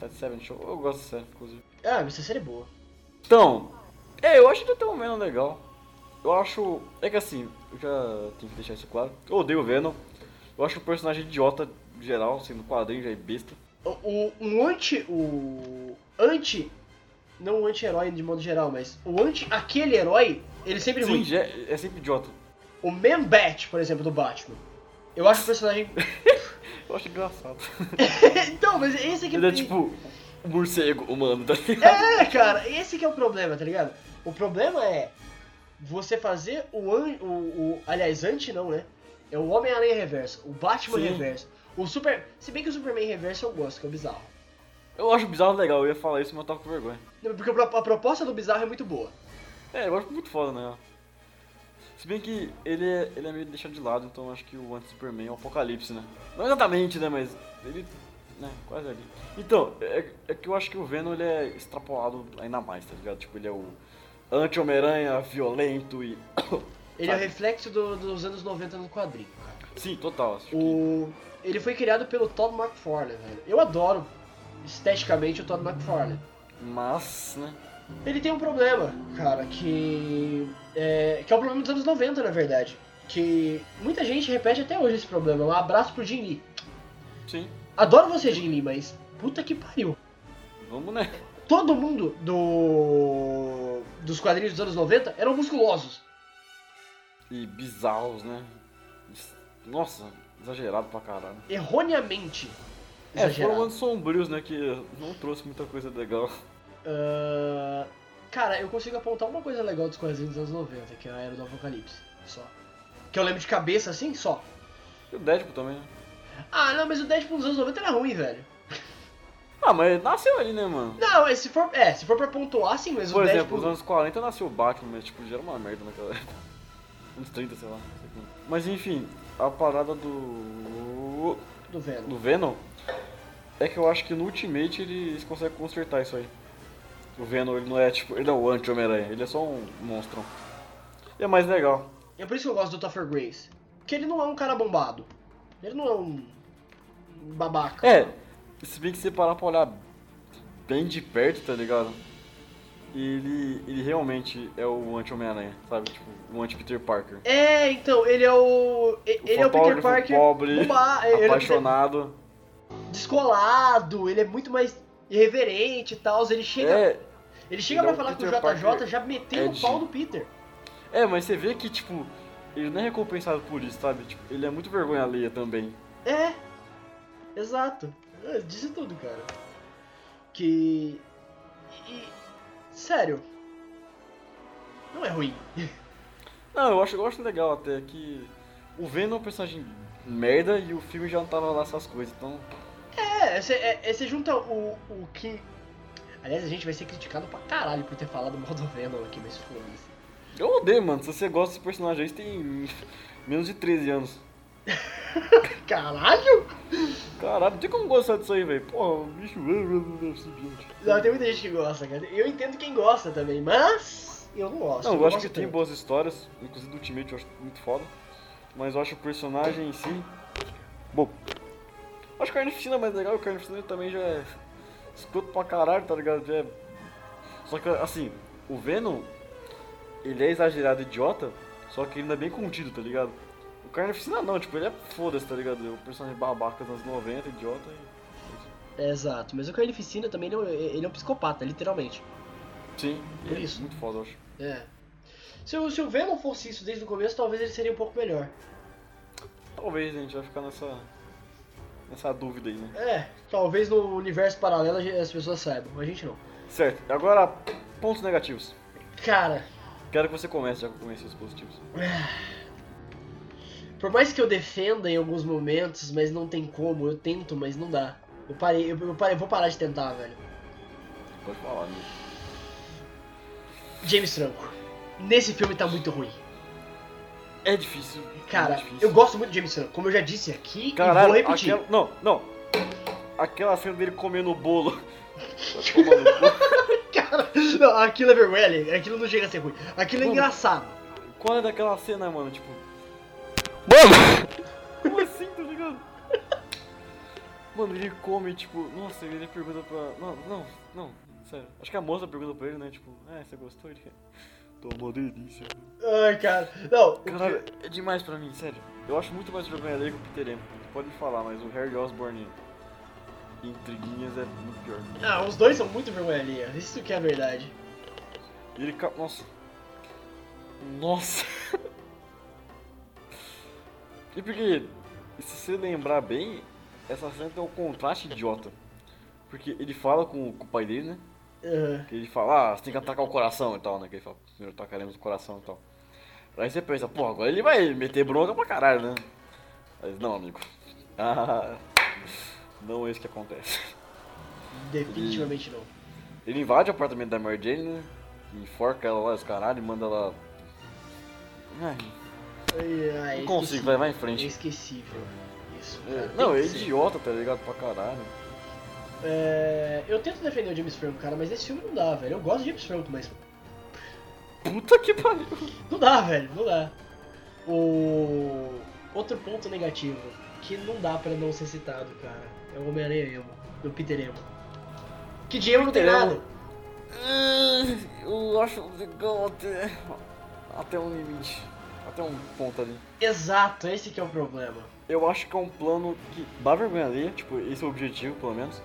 C: Tá de Seven Show. Eu gosto dessa série, inclusive.
A: Ah, essa série é boa.
C: Então, é, eu acho que até um Venom legal. Eu acho. É que assim, eu já tenho que deixar isso claro. Eu odeio o Venom. Eu acho o personagem idiota em geral, assim, no quadrinho já é besta.
A: O, o- um anti. O. Anti. Não o anti-herói de modo geral, mas o anti. Aquele herói, ele sempre é
C: Sim,
A: ruim.
C: já é, é sempre idiota.
A: O Man Bat, por exemplo, do Batman. Eu acho o personagem.
C: Eu acho engraçado.
A: então, mas esse aqui
C: Ele é tipo um morcego humano, tá ligado?
A: É, cara, esse que é o problema, tá ligado? O problema é você fazer o, an- o, o aliás, anti não, né? É o Homem-Aranha Reverso, o Batman
C: Sim.
A: Reverso, o Super... Se bem que o Superman Reverso eu gosto, que é o bizarro.
C: Eu acho bizarro legal, eu ia falar isso, mas eu tava com vergonha.
A: Não, Porque pro- a proposta do bizarro é muito boa.
C: É, eu acho muito foda, né? Se bem que ele é, ele é meio deixado de lado, então eu acho que o anti-Superman é o Apocalipse, né? Não exatamente, né? Mas ele. né? Quase ali. Então, é, é que eu acho que o Venom ele é extrapolado ainda mais, tá ligado? Tipo, ele é o anti-Homem-Aranha, violento e.
A: Ele é o
C: Sabe?
A: reflexo do- dos anos 90 no quadrinho, cara.
C: Sim, total. Acho que...
A: O... Ele foi criado pelo Todd McFarlane, velho. Eu adoro esteticamente o Todd McFarlane.
C: Mas, né?
A: Ele tem um problema, cara, que é, que é o problema dos anos 90, na verdade. Que muita gente repete até hoje esse problema. Um abraço pro Jim Lee.
C: Sim.
A: Adoro você, Jim Lee, mas puta que pariu.
C: Vamos, né?
A: Todo mundo do dos quadrinhos dos anos 90 eram musculosos.
C: E bizarros, né? Nossa, exagerado pra caralho.
A: Erroneamente.
C: É, foram
A: exagerados.
C: anos sombrios, né? Que não trouxe muita coisa legal.
A: Ah, cara, eu consigo apontar uma coisa legal dos quadrinhos dos anos 90, que é a Era do Apocalipse. Só. Que eu lembro de cabeça assim, só.
C: E o Deadpool também, né?
A: Ah, não, mas o Deadpool dos anos 90 era ruim, velho.
C: Ah, mas nasceu ali, né, mano?
A: Não, é, se for, é, se for pra pontuar, sim, mas
C: Por
A: o
C: exemplo, nos
A: Deadpool...
C: anos 40 nasceu o Batman, mas tipo, já era uma merda naquela época. Uns 30, sei lá. não sei quanto. Mas enfim, a parada do.
A: Do Venom.
C: do Venom é que eu acho que no Ultimate eles conseguem consertar isso aí. O Venom ele não é tipo. Ele não é o anti-Homem-Aranha, ele é só um monstro. E é mais legal.
A: É por isso que eu gosto do Topher Grace. Porque ele não é um cara bombado. Ele não é um babaca.
C: É, se bem que você parar pra olhar bem de perto, tá ligado? Ele, ele realmente é o anti-Homem-Aranha, sabe? Tipo, o anti-Peter Parker.
A: É, então, ele é o... e-
C: O
A: Ele é o Peter
C: fotógrafo
A: Parker...
C: pobre,
A: bomba- ele é o Peter-
C: apaixonado.
A: descolado, ele é muito mais irreverente e tal, ele chega...
C: É,
A: Ele chega
C: Ele
A: pra
C: é um
A: falar que o
C: Peter
A: JJ
C: Parker
A: já meteu o
C: Ed.
A: pau no Peter.
C: É, mas você vê que, tipo, ele não é recompensado por isso, sabe? Tipo, ele é muito vergonha alheia também.
A: É. Exato. É, Diz tudo, cara. Que. e- Sério. Não é ruim.
C: Não, eu acho, eu acho legal até que o Venom é um personagem merda e o filme já não tá tava lá essas coisas, então.
A: É, você é, é, você junta o, o que. Aliás, a gente vai ser criticado pra caralho por ter falado mal do Venom aqui, mas foda-se.
C: Eu odeio, mano. Se você gosta desse personagem aí, você tem menos de 13 anos.
A: Caralho!
C: Caralho, não tem como gostar disso aí, velho. Porra, o bicho. Não,
A: Não, tem muita gente que gosta, cara. Eu entendo quem gosta também, mas. Eu não gosto.
C: Não, eu acho que
A: gosto
C: tem
A: tanto.
C: boas histórias, inclusive do Ultimate eu acho muito foda. Mas eu acho o personagem em si. Bom. eu Acho que o Carnificina é mais legal, o Carnificina também já é escroto pra caralho, tá ligado? Já é... Só que assim, o Venom, ele é exagerado idiota, só que ele ainda é bem contido, tá ligado? O Carnificina não, tipo, ele é foda-se, tá ligado? É um personagem babaca dos anos 90, idiota e.
A: Exato, mas o Carnificina também ele é um- ele é um psicopata, literalmente.
C: Sim,
A: Por
C: é
A: isso.
C: muito foda, eu acho.
A: É. Se o, se o Venom fosse isso desde o começo, talvez ele seria um pouco melhor.
C: Talvez a gente vai ficar nessa. nessa dúvida aí, né?
A: É, talvez no universo paralelo a gen- as pessoas saibam, a gente não.
C: Certo, agora pontos negativos.
A: Cara,
C: Quero que você comece, já que eu comecei os positivos.
A: por mais que eu defenda em alguns momentos, mas não tem como, eu tento, mas não dá. Eu parei, eu, eu parei, eu vou parar de tentar, velho.
C: Pode falar, né?
A: James Franco. Nesse filme tá muito ruim.
C: É difícil.
A: Cara,
C: é difícil.
A: eu gosto muito de James Franco, como eu já disse aqui e
C: Caralho,
A: vou repetir.
C: aquela- Não, não. Aquela cena dele comendo o bolo. Tá Vai tomar no cu.
A: Cara, não, aquilo é vergonha, aquilo não chega a ser ruim. Aquilo é
C: Mano.
A: engraçado.
C: Qual é daquela cena, mano? Tipo. Mano! Como assim, tá ligado? Mano, ele come, tipo. Nossa, ele pergunta pra. Não, não, não. Sério. Acho que a moça pergunta pra ele, né? Tipo, é, você gostou? Ele. Tô uma delícia.
A: Ai, cara. Não, o
C: Caralho, é demais pra mim, sério. Eu acho muito mais vergonha dele que o Peter M. Pode falar, mas o Harry Osborn em Triguinhas é muito pior.
A: Ah, os dois são muito vergonha alheia. Isso que é a verdade.
C: E ele. ca- Nossa. Nossa. e porque, se você lembrar bem, essa cena tem um contraste idiota. Porque ele fala com, com o pai dele, né?
A: Aham.
C: Que ele fala, ah, você tem que atacar o coração e tal, né? Que ele fala, primeiro atacaremos o coração e tal. Aí você pensa, pô, agora ele vai meter bronca pra caralho, né? Mas não, amigo. Ah, não é isso que acontece.
A: definitivamente não.
C: Ele invade o apartamento da Mary Jane, né? Enforca ela lá, os caralho, e manda ela... Ai,
A: Ai, ai,
C: não consigo, vai, vai em frente.
A: É esquecível. Isso.
C: É,
A: cara,
C: não,
A: tem
C: é
A: que ser.
C: idiota, tá ligado? Pra caralho.
A: É, eu tento defender o James Franco, cara, mas nesse filme não dá, velho. Eu gosto de James Franco, mas
C: Puta que pariu.
A: não dá, velho. Não dá. O outro ponto negativo que não dá pra não ser citado, cara, é o Homem-Aranha emo, do Peter emo. Que de emo não tem
C: Peter
A: nada.
C: emo. Ah, Eu acho legal até... Até um limite. Até um ponto ali.
A: Exato, esse que é o problema.
C: Eu acho que é um plano que dá vergonha ali, tipo, esse é o objetivo, pelo menos.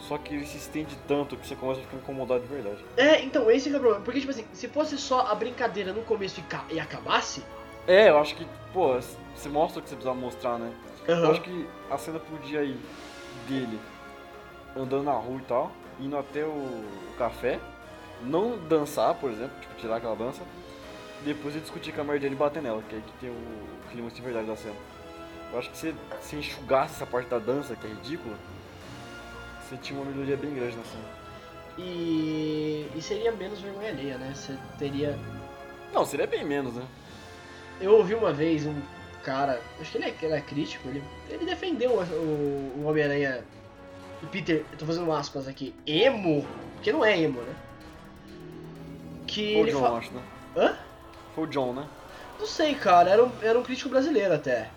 C: Só que ele se estende tanto que você começa a ficar incomodado de verdade.
A: É, então, esse que é o problema. Porque, tipo assim, se fosse só a brincadeira no começo e, ca- e acabasse.
C: É, eu acho que, pô, você mostra o que você precisava mostrar, né? Eu acho que a cena podia ir dele andando na rua e tal, indo até o, o café, não dançar, por exemplo, tipo, tirar aquela dança, depois ele discutir com a Mary Jane e bater nela, que é aí que tem o clima de verdade da cena. Eu acho que se se enxugasse essa parte da dança, que é ridícula, você tinha uma melhoria bem grande na cena.
A: E, e seria menos vergonha alheia, né? Você teria.
C: Não, seria bem menos, né?
A: Eu ouvi uma vez um cara, acho que ele é- era crítico, ele, ele defendeu o, o- o Homem-Aranha. O Peter, eu tô fazendo aspas aqui, emo? Porque não é emo, né? Que
C: Foi o
A: ele
C: John,
A: fa-
C: acho, né?
A: Hã?
C: Foi o John, né?
A: Não sei, cara, era um, era um crítico brasileiro até.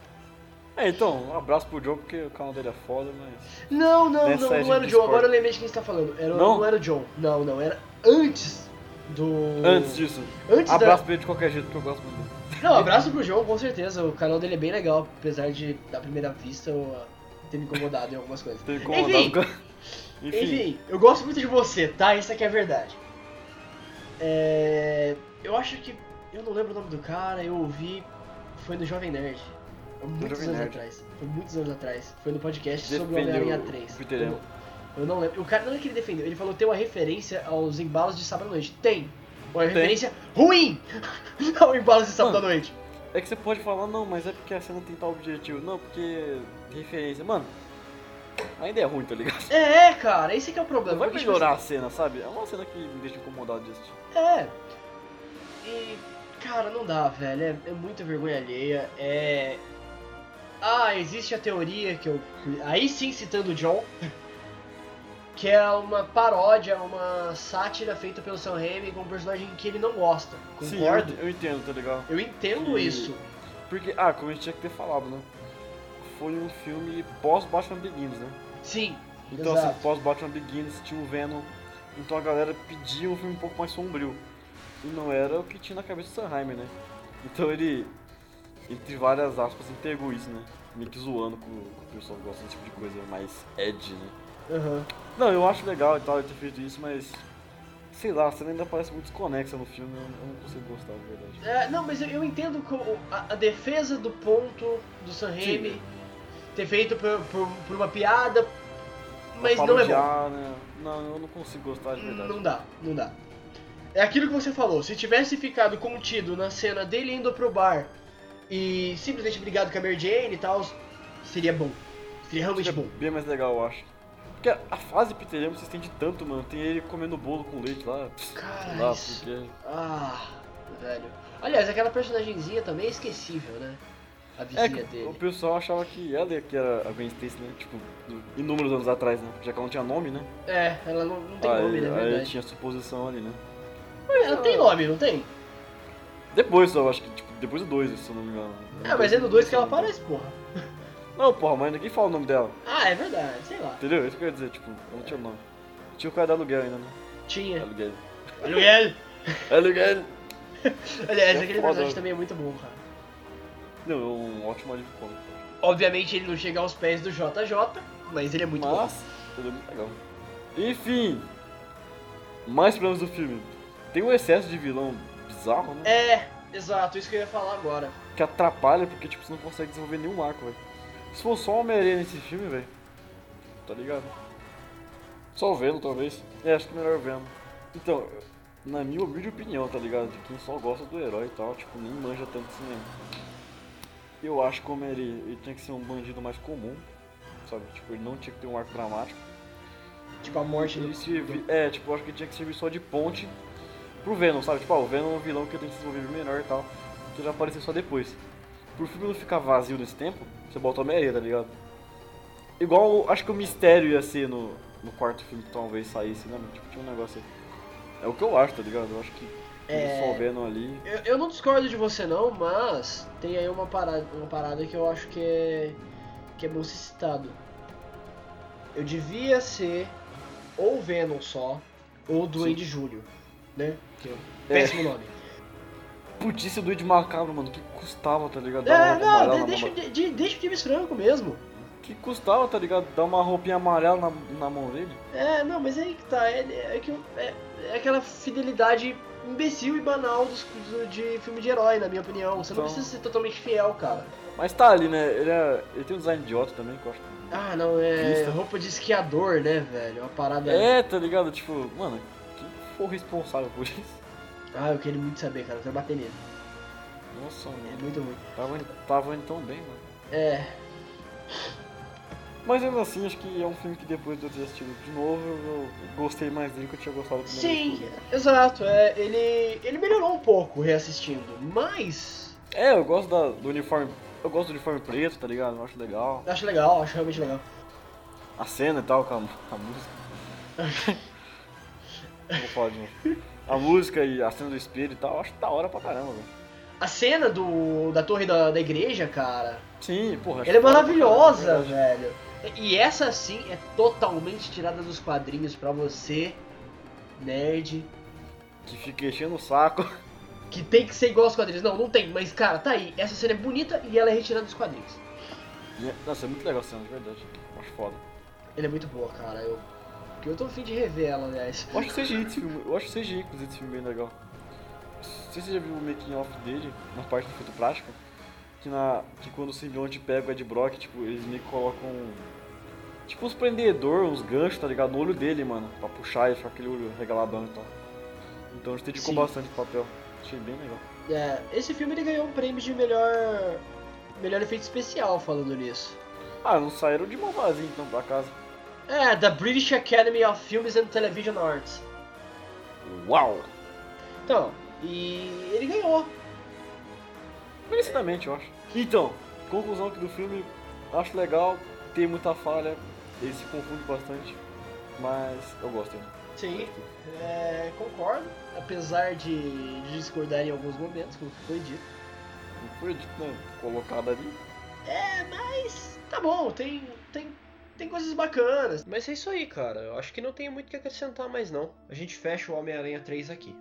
C: É, então, um abraço pro John, porque o canal dele é foda, mas...
A: Não, não,
C: Nessa
A: não, não
C: a
A: era o
C: gente
A: John,
C: discorda.
A: agora eu lembrei de quem você tá falando. Era, não?
C: Não?
A: era o John. Não, não, era antes do.
C: Antes disso,
A: Antes
C: abraço pra ele de qualquer jeito, porque eu gosto muito dele.
A: da... Não, abraço pro João, com certeza. O canal dele é bem legal, apesar de, da primeira vista, eu ah, ter me incomodado em algumas coisas.
C: Teve
A: Enfim.
C: incomodado. Enfim.
A: Enfim, eu gosto muito de você, tá? Isso aqui é verdade. É, eu acho que. Eu não lembro o nome do cara, eu ouvi. Foi no Jovem Nerd. Há Muitos
C: Jovem
A: anos
C: Nerd.
A: atrás. Foi muitos anos atrás. Foi no podcast sobre o
C: Defendeu
A: Homem-Aranha
C: o
A: 3.
C: Peter
A: Eu-
C: Allen.
A: Eu não lembro. O cara não é que ele defendeu, ele falou tem uma referência aos embalos de sábado à noite. Tem! Uma referência ruim ao embalos de sábado à
C: Mano.
A: noite.
C: É que você pode falar, não, mas é porque a cena tem tal objetivo. Não, porque. referência. Mano, ainda é ruim, tá ligado?
A: É, cara, esse que é o
C: Não
A: problema.
C: vai
A: porque, tipo,
C: melhorar a cena, sabe? É uma cena que me deixa incomodado de assistir.
A: É. E, cara, não dá, velho. É, é muita vergonha alheia. É. Ah, existe a teoria que eu. Aí sim citando o John. Que é uma paródia, uma sátira feita pelo Sam Raimi com um personagem que ele não gosta.
C: Sim, eu
A: Concordo?
C: ent- eu entendo, tá ligado?
A: eu entendo
C: E-
A: isso.
C: Porque, ah, como a gente tinha que ter falado, né? Foi um filme pós-Batman Begins, né?
A: Sim.
C: Então,
A: Exato.
C: assim, pós-Batman Begins tinha o Venom. Então a galera pedia um filme um pouco mais sombrio. E não era o que tinha na cabeça do Sanheim, né? Então ele, entre várias aspas, entregou isso, né? Meio que zoando com, com o pessoal que gosta desse tipo de coisa mais Ed, né?
A: Aham.
C: Não, eu acho legal e tal ele ter feito isso, mas. Sei lá, a cena ainda parece muito desconexa no filme, eu eu não consigo gostar, de verdade.
A: É, não, mas eu, eu entendo como a, a defesa do ponto do Sam Raimi ter feito por, por- por uma piada, mas não é bom.
C: Parodiar, Né? Não, eu não consigo gostar de É verdade.
A: Não dá, não dá. É aquilo que você falou, se tivesse ficado contido na cena dele indo pro bar e simplesmente brigado com a Mary Jane e tal, seria bom. Seria realmente
C: Isso é
A: bom.
C: bem mais legal, eu acho. Porque a fase Peter Emo se estende tanto, mano. Tem ele comendo bolo com leite lá. Sei
A: Cara,
C: lá,
A: isso...
C: porque.
A: Ah, velho. Aliás, aquela personagenzinha também é esquecível, né? A
C: É,
A: vizinha
C: que o
A: dele.
C: pessoal achava que ela que era a Gwen Stacy, né? Tipo, do- inúmeros anos atrás, né? Já que ela não tinha nome, né?
A: É, ela não, não tem
C: aí,
A: nome, né?
C: aí
A: Verdade.
C: tinha suposição ali, né?
A: Ela tem nome, não tem?
C: Depois só, eu acho que, tipo, depois do 2, se eu não me engano.
A: É, mas é no 2 que ela aparece, porra.
C: Não, porra, mas ninguém fala o nome dela.
A: Ah, é verdade, sei lá.
C: Entendeu? Isso que eu ia dizer, tipo, ela não tinha nome. Tinha o cara da aluguel ainda, né?
A: Tinha.
C: Aluguel.
A: Aluguel!
C: Aluguel!
A: Aliás,
C: É
A: aquele
C: foda.
A: personagem também é muito bom, cara.
C: Não, é um ótimo alívio cômico.
A: Obviamente ele não chega aos pés do JJ, mas ele é muito bom.
C: Mas, ele é muito legal. Enfim, mais problemas do filme. Tem um excesso de vilão bizarro, né?
A: É, exato, isso que eu ia falar agora.
C: Que atrapalha porque tipo, você não consegue desenvolver nenhum arco, velho. Se for só Homem-Aranha nesse filme, velho. Tá ligado? Só o Venom, talvez. É, acho que melhor o Venom. Então, eu- na minha humilde opinião, tá ligado? De quem só gosta do herói e tal, tipo, nem manja tanto cinema. Eu acho que o Homem-Aranha ele tinha que ser um bandido mais comum, sabe? Tipo, ele não tinha que ter um arco dramático.
A: Tipo, a morte
C: Ele
A: do...
C: servi... É, tipo, eu acho que tinha que servir só de ponte pro Venom, sabe? Tipo, ah, o Venom é um vilão que eu tenho que desenvolver menor e tal. Que ele vai aparecer só depois. Pro filme não ficar vazio nesse tempo, você bota o Homem-Aranha, tá ligado? Igual, eu acho que o mistério ia ser no, no quarto filme que talvez saísse, né? Tipo, tinha um negócio aí. É o que eu acho, tá ligado? Eu acho que
A: É.
C: é... só o Venom ali.
A: Eu, eu não discordo de você não, mas tem aí uma parada, uma parada que eu acho que é, que é bom ser citado. Eu devia ser ou Venom só, ou Duende Júnior, né? Que é um
C: É.
A: péssimo nome.
C: Podia ser o Duende Macabro, mano. Que custava, tá ligado? Dar uma
A: É,
C: roupa
A: não,
C: amarela
A: de-
C: na
A: deixa,
C: mão-
A: de, de- deixa o James Franco mesmo.
C: Que custava, tá ligado? Dar uma roupinha amarela na, na mão dele.
A: É, não, mas aí que tá. É, é, que eu- é- é aquela fidelidade imbecil e banal dos, do- de filme de herói, na minha opinião. Você não
C: Então.
A: precisa ser totalmente fiel, cara.
C: Mas tá ali, né? Ele, é- ele tem um design idiota também, que eu acho.
A: Ah, não, é
C: Vista.
A: roupa de esquiador, né, velho? Uma parada.
C: É, tá ligado? Tipo, mano, quem for responsável por isso?
A: Ah, eu queria muito saber, cara. Eu quero bater nele.
C: Nossa,
A: É
C: mano.
A: muito ruim.
C: Tava, indo- tava indo tão bem, mano.
A: É,
C: Mas ainda assim, acho que é um filme que depois de eu ter assistido de novo, eu, eu gostei mais dele que eu tinha gostado do
A: sim, exato. É, ele, ele melhorou um pouco reassistindo, mas.
C: É, eu gosto da- do uniforme. Eu gosto do uniforme preto, tá ligado? Eu acho legal.
A: Acho legal, acho realmente legal.
C: A cena e tal, com a, a música. Vou falar de novo. A música e a cena do espelho e tal, eu acho da hora pra caramba, velho.
A: A cena do, da torre da, da igreja, cara.
C: Sim, porra. acho
A: Ela é
C: da hora pra caramba,
A: maravilhosa,
C: verdade.
A: velho. né? E e essa sim é totalmente tirada dos quadrinhos pra você, nerd,
C: Que fica enchendo o saco.
A: que tem que ser igual aos quadrinhos. Não, não tem, mas cara, tá aí. Essa cena é bonita e ela é retirada dos quadrinhos.
C: Né? E é- Nossa, é muito legal a cena, de verdade. Acho foda.
A: Ele é muito boa, cara. Eu, Eu tô a fim de rever ela, né? aliás.
C: Eu acho que CGI desse filme, eu acho CGI, inclusive, esse filme é bem legal. Não sei se você já viu o making off dele, na parte do efeito plástico, que, na, que quando o simbionte pega o Ed Brock, tipo, eles meio que colocam. um, Tipo uns prendedor, uns ganchos, tá ligado? No olho dele, mano, pra puxar e ficar aquele olho regaladão e tal. Então a gente dedicou
A: Sim.
C: bastante pro papel. Achei bem legal.
A: É, esse filme ele ganhou um prêmio de melhor. Melhor efeito especial falando nisso.
C: Ah, não saíram de mão vazia então pra casa.
A: É, da British Academy of Films and Television Arts.
C: Uau!
A: Então, e ele ganhou.
C: Merecidamente, eu acho. Então, conclusão aqui do filme, acho legal, tem muita falha, ele se confunde bastante, mas eu gosto dele.
A: Sim, é, concordo. Apesar de, de discordar em alguns momentos, como foi dito.
C: Não foi dito, né? Colocado ali.
A: É, mas tá bom, tem, tem, tem coisas bacanas. Mas é isso aí, cara. Eu acho que não tem muito o que acrescentar mais, não. A gente fecha o Homem-Aranha 3 aqui.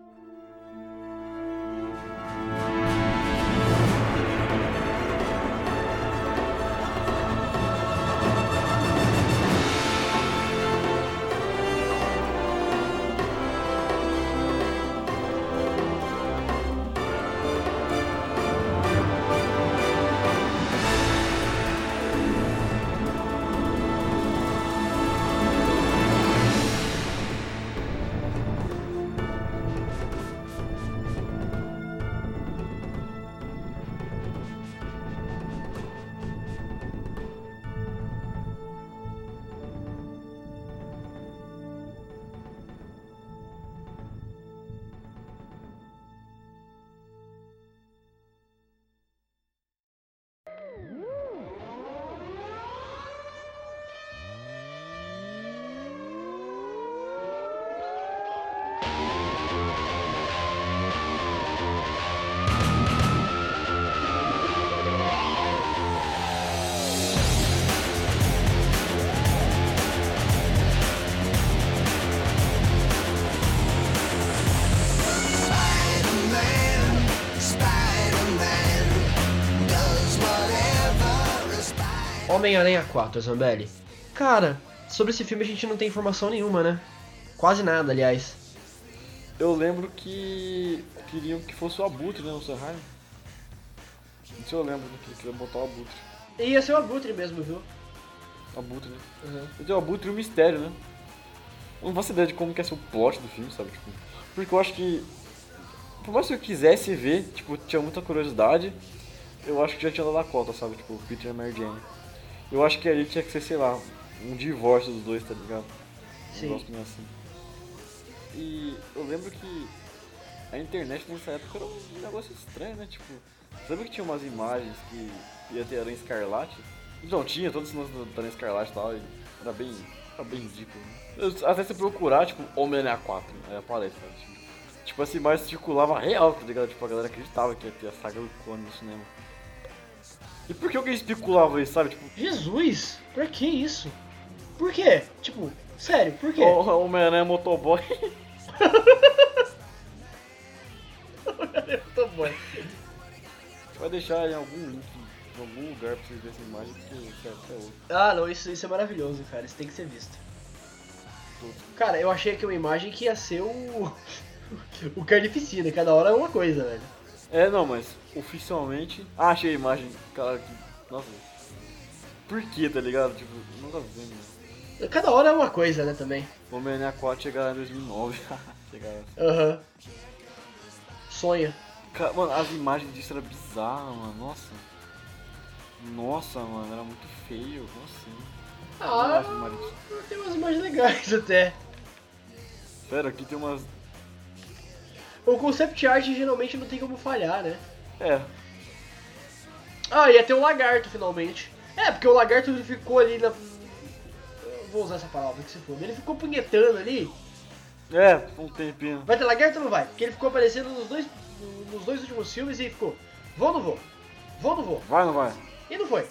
A: Homem-Aranha 4, Zambelli. Cara, sobre esse filme a gente não tem informação nenhuma, né? Quase nada, aliás.
C: Eu lembro que queriam que fosse o Abutre, né? O Sanheim. Isso eu lembro, né? Que ele queria botar o Abutre.
A: E ia ser o Abutre mesmo, viu?
C: Abutre, né? Mas é o Abutre e o Mistério, né? Eu não faço ideia de como que é ser o plot do filme, sabe? Tipo, porque eu acho que... Por mais que eu quisesse ver, tipo, eu tinha muita curiosidade, eu acho que já tinha dado a cota, sabe? Tipo, o Peter e a Mary Jane. Eu acho que ali tinha que ser, sei lá, um divórcio dos dois, tá ligado? Um
A: Sim.
C: negócio meio assim. E eu lembro que a internet nessa época era um negócio estranho, né? Tipo, lembra que tinha umas imagens que ia ter Aranha Escarlate? Não, tinha todos os lances da Aranha Escarlate e tal, e era bem, era bem ridículo. Né? Eu- Até se procurar, tipo, Homem-Aranha 4, né? aí aparece, sabe? Tipo, tipo, essa imagem circulava real, tá ligado? Tipo, a galera acreditava que ia ter a saga do clone no cinema. E por que alguém especulava isso, sabe? Tipo,
A: Jesus, pra que isso? Por quê? Tipo, sério, por quê?
C: o Homem-Aranha oh, é motoboy.
A: Eu tô bom.
C: Vai deixar em algum link, em algum lugar pra vocês verem essa imagem, porque cara, até hoje.
A: Ah, não, isso, isso é maravilhoso, cara. Isso tem que ser visto.
C: Tô-
A: Cara, eu achei aqui uma imagem que ia ser o. o Carnificina, cada hora é uma coisa, velho.
C: É, não, mas oficialmente. Ah, achei a imagem, cara. Que... Nossa. Por que, tá ligado? Tipo, não tá vendo. né?
A: Cada hora é uma coisa, né, também.
C: Homem-Aranha 4 chegaram em 2009. chegaram.
A: Aham. Sonho.
C: Cara, mano, as imagens disso eram bizarras, mano. Nossa. Nossa, mano, era muito feio. Como assim?
A: Ah,
C: As imagens disso.
A: tem umas imagens legais até.
C: Sério, aqui tem umas.
A: O concept art geralmente não tem como falhar, né?
C: É,
A: Ah, ia ter um lagarto finalmente. É, porque o lagarto ele ficou ali na. Eu Vou usar essa palavra que se foda. Ele ficou punhetando ali.
C: é, um tempinho.
A: Vai ter lagarto ou não vai? Porque ele ficou aparecendo nos dois, nos dois últimos filmes e ficou: vou ou não vou? Vou ou não vou?
C: Vai ou não vai?
A: E não foi.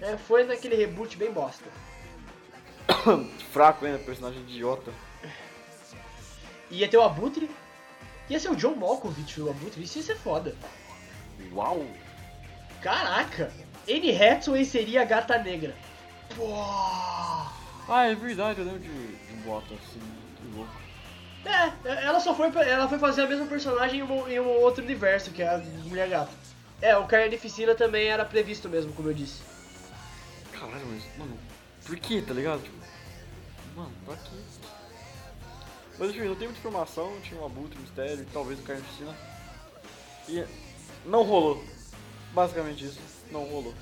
A: É, foi naquele reboot bem bosta.
C: Fraco ainda, personagem idiota.
A: Ia ter o Abutre. Ia ser o John Malkovich, o Abutre. Isso ia ser foda.
C: Uau!
A: Caraca! Anne Hathaway seria a gata negra. Pô!
C: Ah, é verdade, eu lembro de, de um boato assim, muito louco.
A: É, ela só foi, pra- ela foi fazer a mesma personagem em um, em um outro universo, que é a Mulher Gata. É, o Carnificina também era previsto mesmo, como eu disse.
C: Caralho, mas, mano, por que, tá ligado? Tipo, mano, pra quê? Mas enfim, não tem muita informação, tinha um abutre, um mistério, talvez um carnificina. E não rolou. Basicamente isso, não rolou.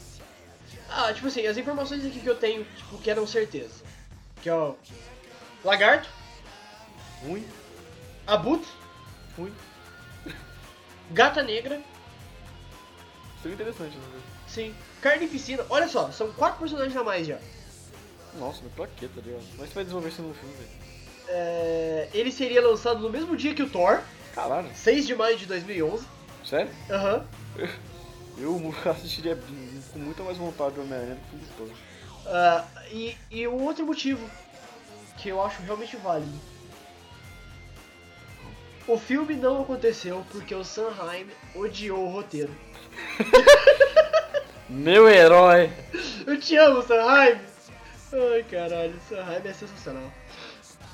A: Ah, tipo assim, as informações aqui que eu tenho, tipo, que eram certeza. Que é o Lagarto,
C: Ruim,
A: Abutre,
C: ruim.
A: Gata Negra,
C: Seria interessante, né?
A: sim, Carnificina. Olha só, são quatro personagens a mais já.
C: Nossa, mas pra quê, tá ligado? Mas vai desenvolver isso no filme, velho.
A: É, ele seria lançado no mesmo dia que o Thor,
C: Caralho,
A: 6 de maio de 2011.
C: sério?
A: Aham.
C: Eu assistiria com muita mais vontade o Homem-Aranha do que o filme todo.
A: Ah, e, e um outro motivo que eu acho realmente válido. O filme não aconteceu porque o Sanheim odiou o roteiro.
C: Meu herói!
A: Eu te amo, Sanheim! Ai caralho, Sanheim é sensacional.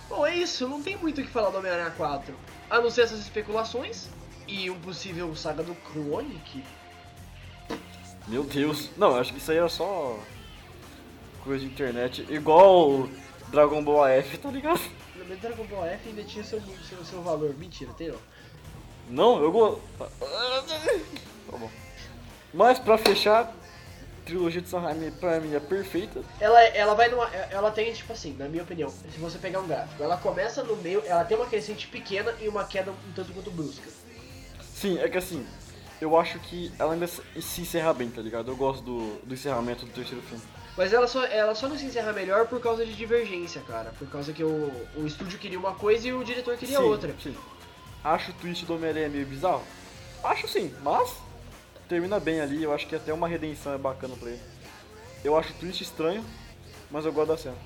A: Bom, é isso, não tem muito o que falar do Homem-Aranha 4. A não ser essas especulações e um possível saga do clone, que
C: Meu Deus. Não, eu acho que isso aí era só coisa de internet. Igual o Dragon Ball AF, tá ligado?
A: pelo menos Dragon Ball F ainda tinha seu, seu, seu valor. Mentira, tem não.
C: Não, eu go... Tá bom. Mas pra fechar, a trilogia de Sanheim pra mim é perfeita.
A: Ela, ela vai numa. Ela tem, tipo assim, na minha opinião, se você pegar um gráfico, ela começa no meio, ela tem uma crescente pequena e uma queda um tanto quanto brusca.
C: Sim, é que assim, eu acho que ela ainda se se encerra bem, tá ligado? Eu gosto do, do encerramento do terceiro filme.
A: Mas ela só, ela só não se encerra melhor por causa de divergência, cara. Por causa que o, o estúdio queria uma coisa e o diretor queria
C: Sim,
A: outra.
C: Sim. Acho o twist do Homem-Aranha meio bizarro? Acho sim, mas termina bem ali. Eu acho que até uma redenção é bacana pra ele. Eu acho o twist estranho, mas eu gosto da cena.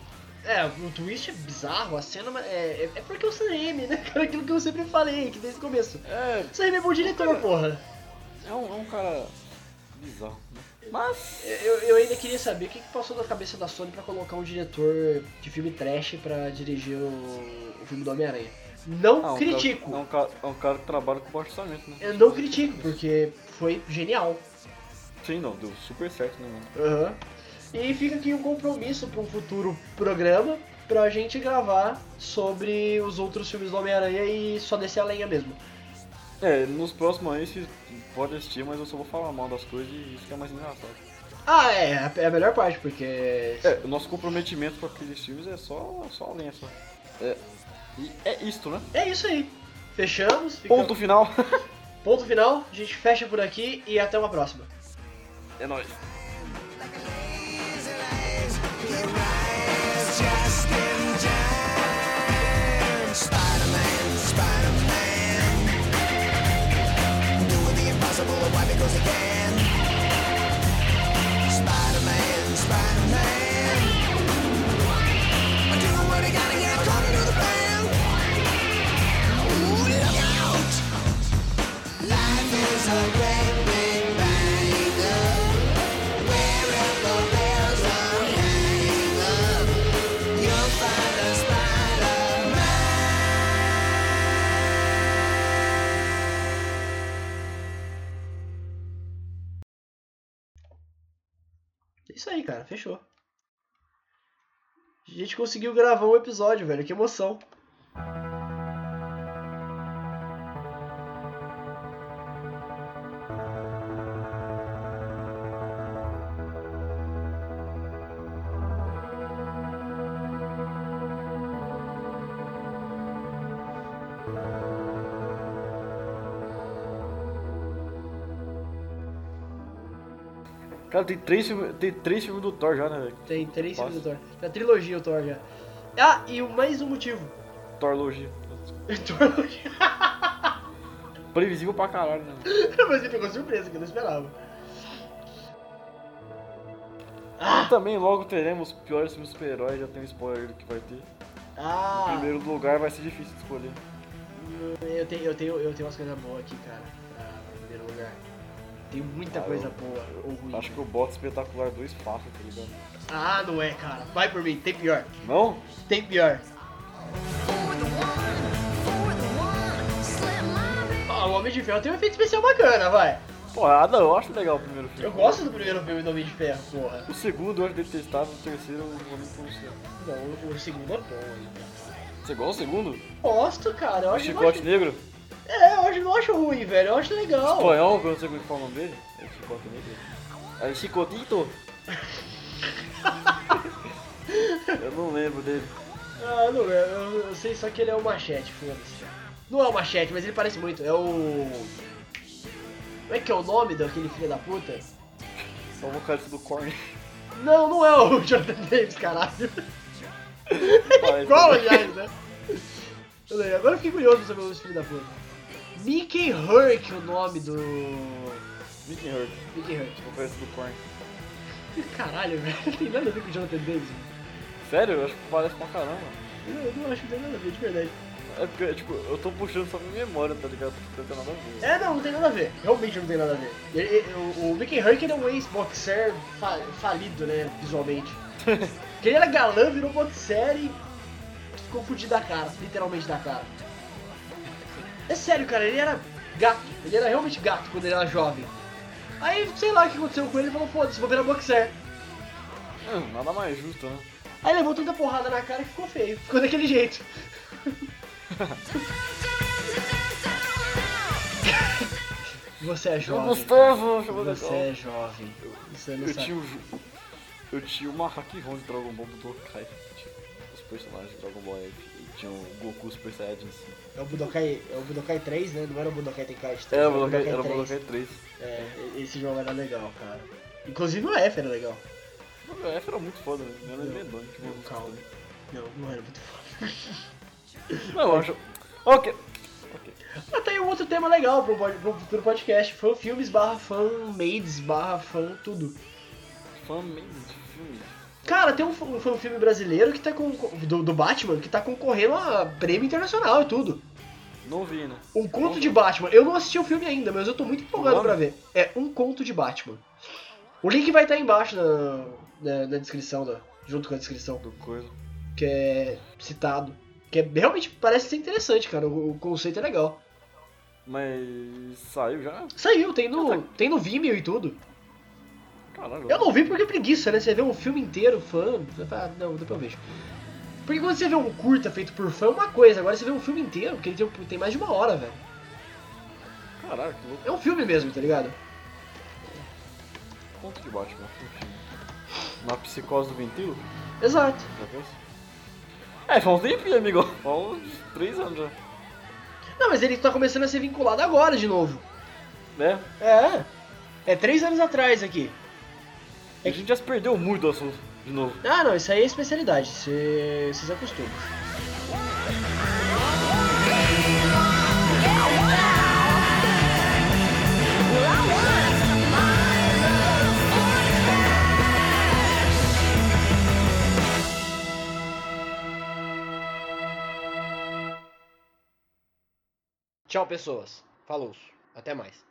A: É, o twist é bizarro, a cena é, é, é porque o CM, né, cara? Aquilo que eu sempre falei, que desde o começo.
C: É,
A: O CM é bom diretor, porra.
C: é um, é um cara bizarro, né? Mas.
A: Eu, eu ainda queria saber o que, que passou na cabeça da Sony pra colocar um diretor de filme trash pra dirigir o, o filme do Homem-Aranha. Não
C: Ah, um
A: critico.
C: cara- é, um cara, é um cara que trabalha com baixo orçamento, né?
A: Eu não critico, porque foi genial.
C: Sim, não, deu super certo, né, mano?
A: Aham. E fica aqui um compromisso pra um futuro programa pra gente gravar sobre os outros filmes do Homem-Aranha e só descer a lenha mesmo.
C: É, nos próximos aí vocês podem assistir, mas eu só vou falar mal das coisas e isso que é mais engraçado.
A: Ah, é, é a melhor parte, porque.
C: É, o nosso comprometimento com aqueles filmes é só, só além, só. É, e é isto, né?
A: É isso aí. Fechamos. fica-
C: Ponto final.
A: Ponto final. A gente fecha por aqui e até uma próxima.
C: É nóis.
A: É isso aí, cara. Fechou. A gente conseguiu gravar um episódio, velho. Que emoção.
C: Cara, tem três, filme- tem três filmes do Thor já, né, velho?
A: Tem três filmes
C: Posso?
A: do Thor. Na trilogia o Thor já. Ah, e o- mais um motivo.
C: Thorlogia.
A: Thorlogia.
C: Previsível pra caralho, né? mano?
A: Mas me pegou surpresa, que eu não esperava. Ah!
C: E também logo teremos os piores filmes de super-heróis, já tem um spoiler do que vai ter.
A: Ah,
C: Em primeiro lugar vai ser difícil de escolher.
A: eu, tenho, eu, tenho, eu tenho umas coisas boas aqui, cara. Pra primeiro lugar. Tem muita
C: Ah,
A: coisa
C: eu-
A: boa ou ruim.
C: Acho que eu boto espetacular 2 fácil, tá ligado?
A: Ah, não é, cara. Vai por mim, tem pior.
C: Não?
A: Tem pior. Homem de Ferro tem um efeito especial bacana, vai.
C: Porra, ah, não, eu acho legal o primeiro filme.
A: Eu gosto do primeiro filme do Homem de Ferro, porra.
C: O segundo eu acho detestável, o terceiro eu vou me pronunciar.
A: Não, o segundo é bom. hein?
C: Você gosta do segundo?
A: Gosto, cara. Eu
C: O
A: acho, eu
C: Chicote
A: acho,
C: Negro?
A: é, eu acho- eu não acho ruim, velho. Eu acho legal.
C: Espanhol, que eu não sei como é que fala o nome dele. É Chicote Negro. É Chicotito? eu não lembro dele.
A: Ah, não é. Eu, eu sei só que ele é o Machete, foda-se. Não é o Machete, mas ele parece muito. É o. Como é que é o nome daquele filho da puta?
C: Só o vocalista do Korn.
A: Não, não é o Jonathan Davis, caralho.
C: Parece
A: Igual,
C: também.
A: aliás, né? Tudo bem, Agora eu fiquei curioso pra saber o nome desse filho da puta. Mickey Herc é o nome do.
C: Mickey Hurt,
A: Mickey Herc.
C: o vocalista do Korn.
A: Caralho, velho. Não tem nada a ver com o Jonathan Davis. mano.
C: Sério, eu acho que parece pra caramba.
A: Eu, eu não acho que tem nada a ver, de verdade.
C: É porque, tipo, eu tô puxando só minha memória, tá ligado? Porque não tem nada a ver.
A: É, não, não tem nada a ver. Realmente não tem nada a ver. Ele- ele- o, o Mickey Herc ele é um ex-boxer fa- falido, né, visualmente. Porque ele era galã, virou boxer e ficou fudido da cara, literalmente da cara. É sério, cara, ele era gato. Ele era realmente gato quando ele era jovem. Aí, sei lá o que aconteceu com ele, ele falou, foda-se, vou virar boxer.
C: Hum, Nada mais justo, né?
A: Aí levou tanta porrada na cara que ficou feio. Ficou daquele jeito. Você é
C: João
A: jovem.
C: Gustavo, chamou da
A: Você é jovem. Você não
C: Eu
A: sabe.
C: tinha, o Ju- eu tinha uma Hack Ron de Dragon Ball do Dokai. Tipo, Os personagens de Dragon Ball F. E tinha o Goku Super Saiyajin assim. 5.
A: É o Budokai, é o Budokai 3, né? Não era o Budokai Tenkaichi 3.
C: Era
A: o
C: É, o Budokai, era o Budokai 3.
A: 3. É, esse jogo era legal, cara. Inclusive o F era legal.
C: O Budokai F era muito foda, né? Era
A: Não.
C: medonho. que
A: Não,
C: nem o
A: calma.
C: Goku.
A: Não, não era muito foda.
C: Não, eu acho... Ok. Ok.
A: Mas tem um outro tema legal pro, pod- pro futuro podcast. Fã filmes barra fan maids barra fan tudo.
C: Fã mesmo de filme.
A: Cara, tem um, f- um fan filme brasileiro que tá com, do, do Batman que tá concorrendo a prêmio internacional e tudo.
C: Não vi, né?
A: Um conto de Batman. Eu não assisti o filme ainda, mas eu tô muito empolgado pra ver. É um conto de Batman. O link vai estar aí embaixo na, na, na descrição, da- junto com a descrição.
C: Do coisa.
A: que é citado. Que é, realmente parece ser interessante, cara. O, o conceito é legal.
C: Mas... Saiu já?
A: Saiu, tem no, tem no Vimeo e tudo.
C: Caralho.
A: Eu não vi porque é preguiça, né? Você vê um filme inteiro, fã. você fala, Ah, não, depois eu vejo. Porque quando você vê um curta feito por fã é uma coisa, agora você vê um filme inteiro, porque ele tem, tem mais de uma hora, velho.
C: Caralho, que louco.
A: É um filme mesmo, tá ligado?
C: Conto de Batman. Enfim. Na psicose do ventilo?
A: Exato.
C: Já pensa? É, faz um tempinho, amigo. Faz uns 3 anos já.
A: Não, mas ele tá começando a ser vinculado agora de novo.
C: Né?
A: É. É três anos atrás aqui.
C: A gente já se perdeu muito do assunto, de novo.
A: Ah, não, isso é- aí é especialidade. Você se acostuma. Tchau, pessoas. Falou. Até mais.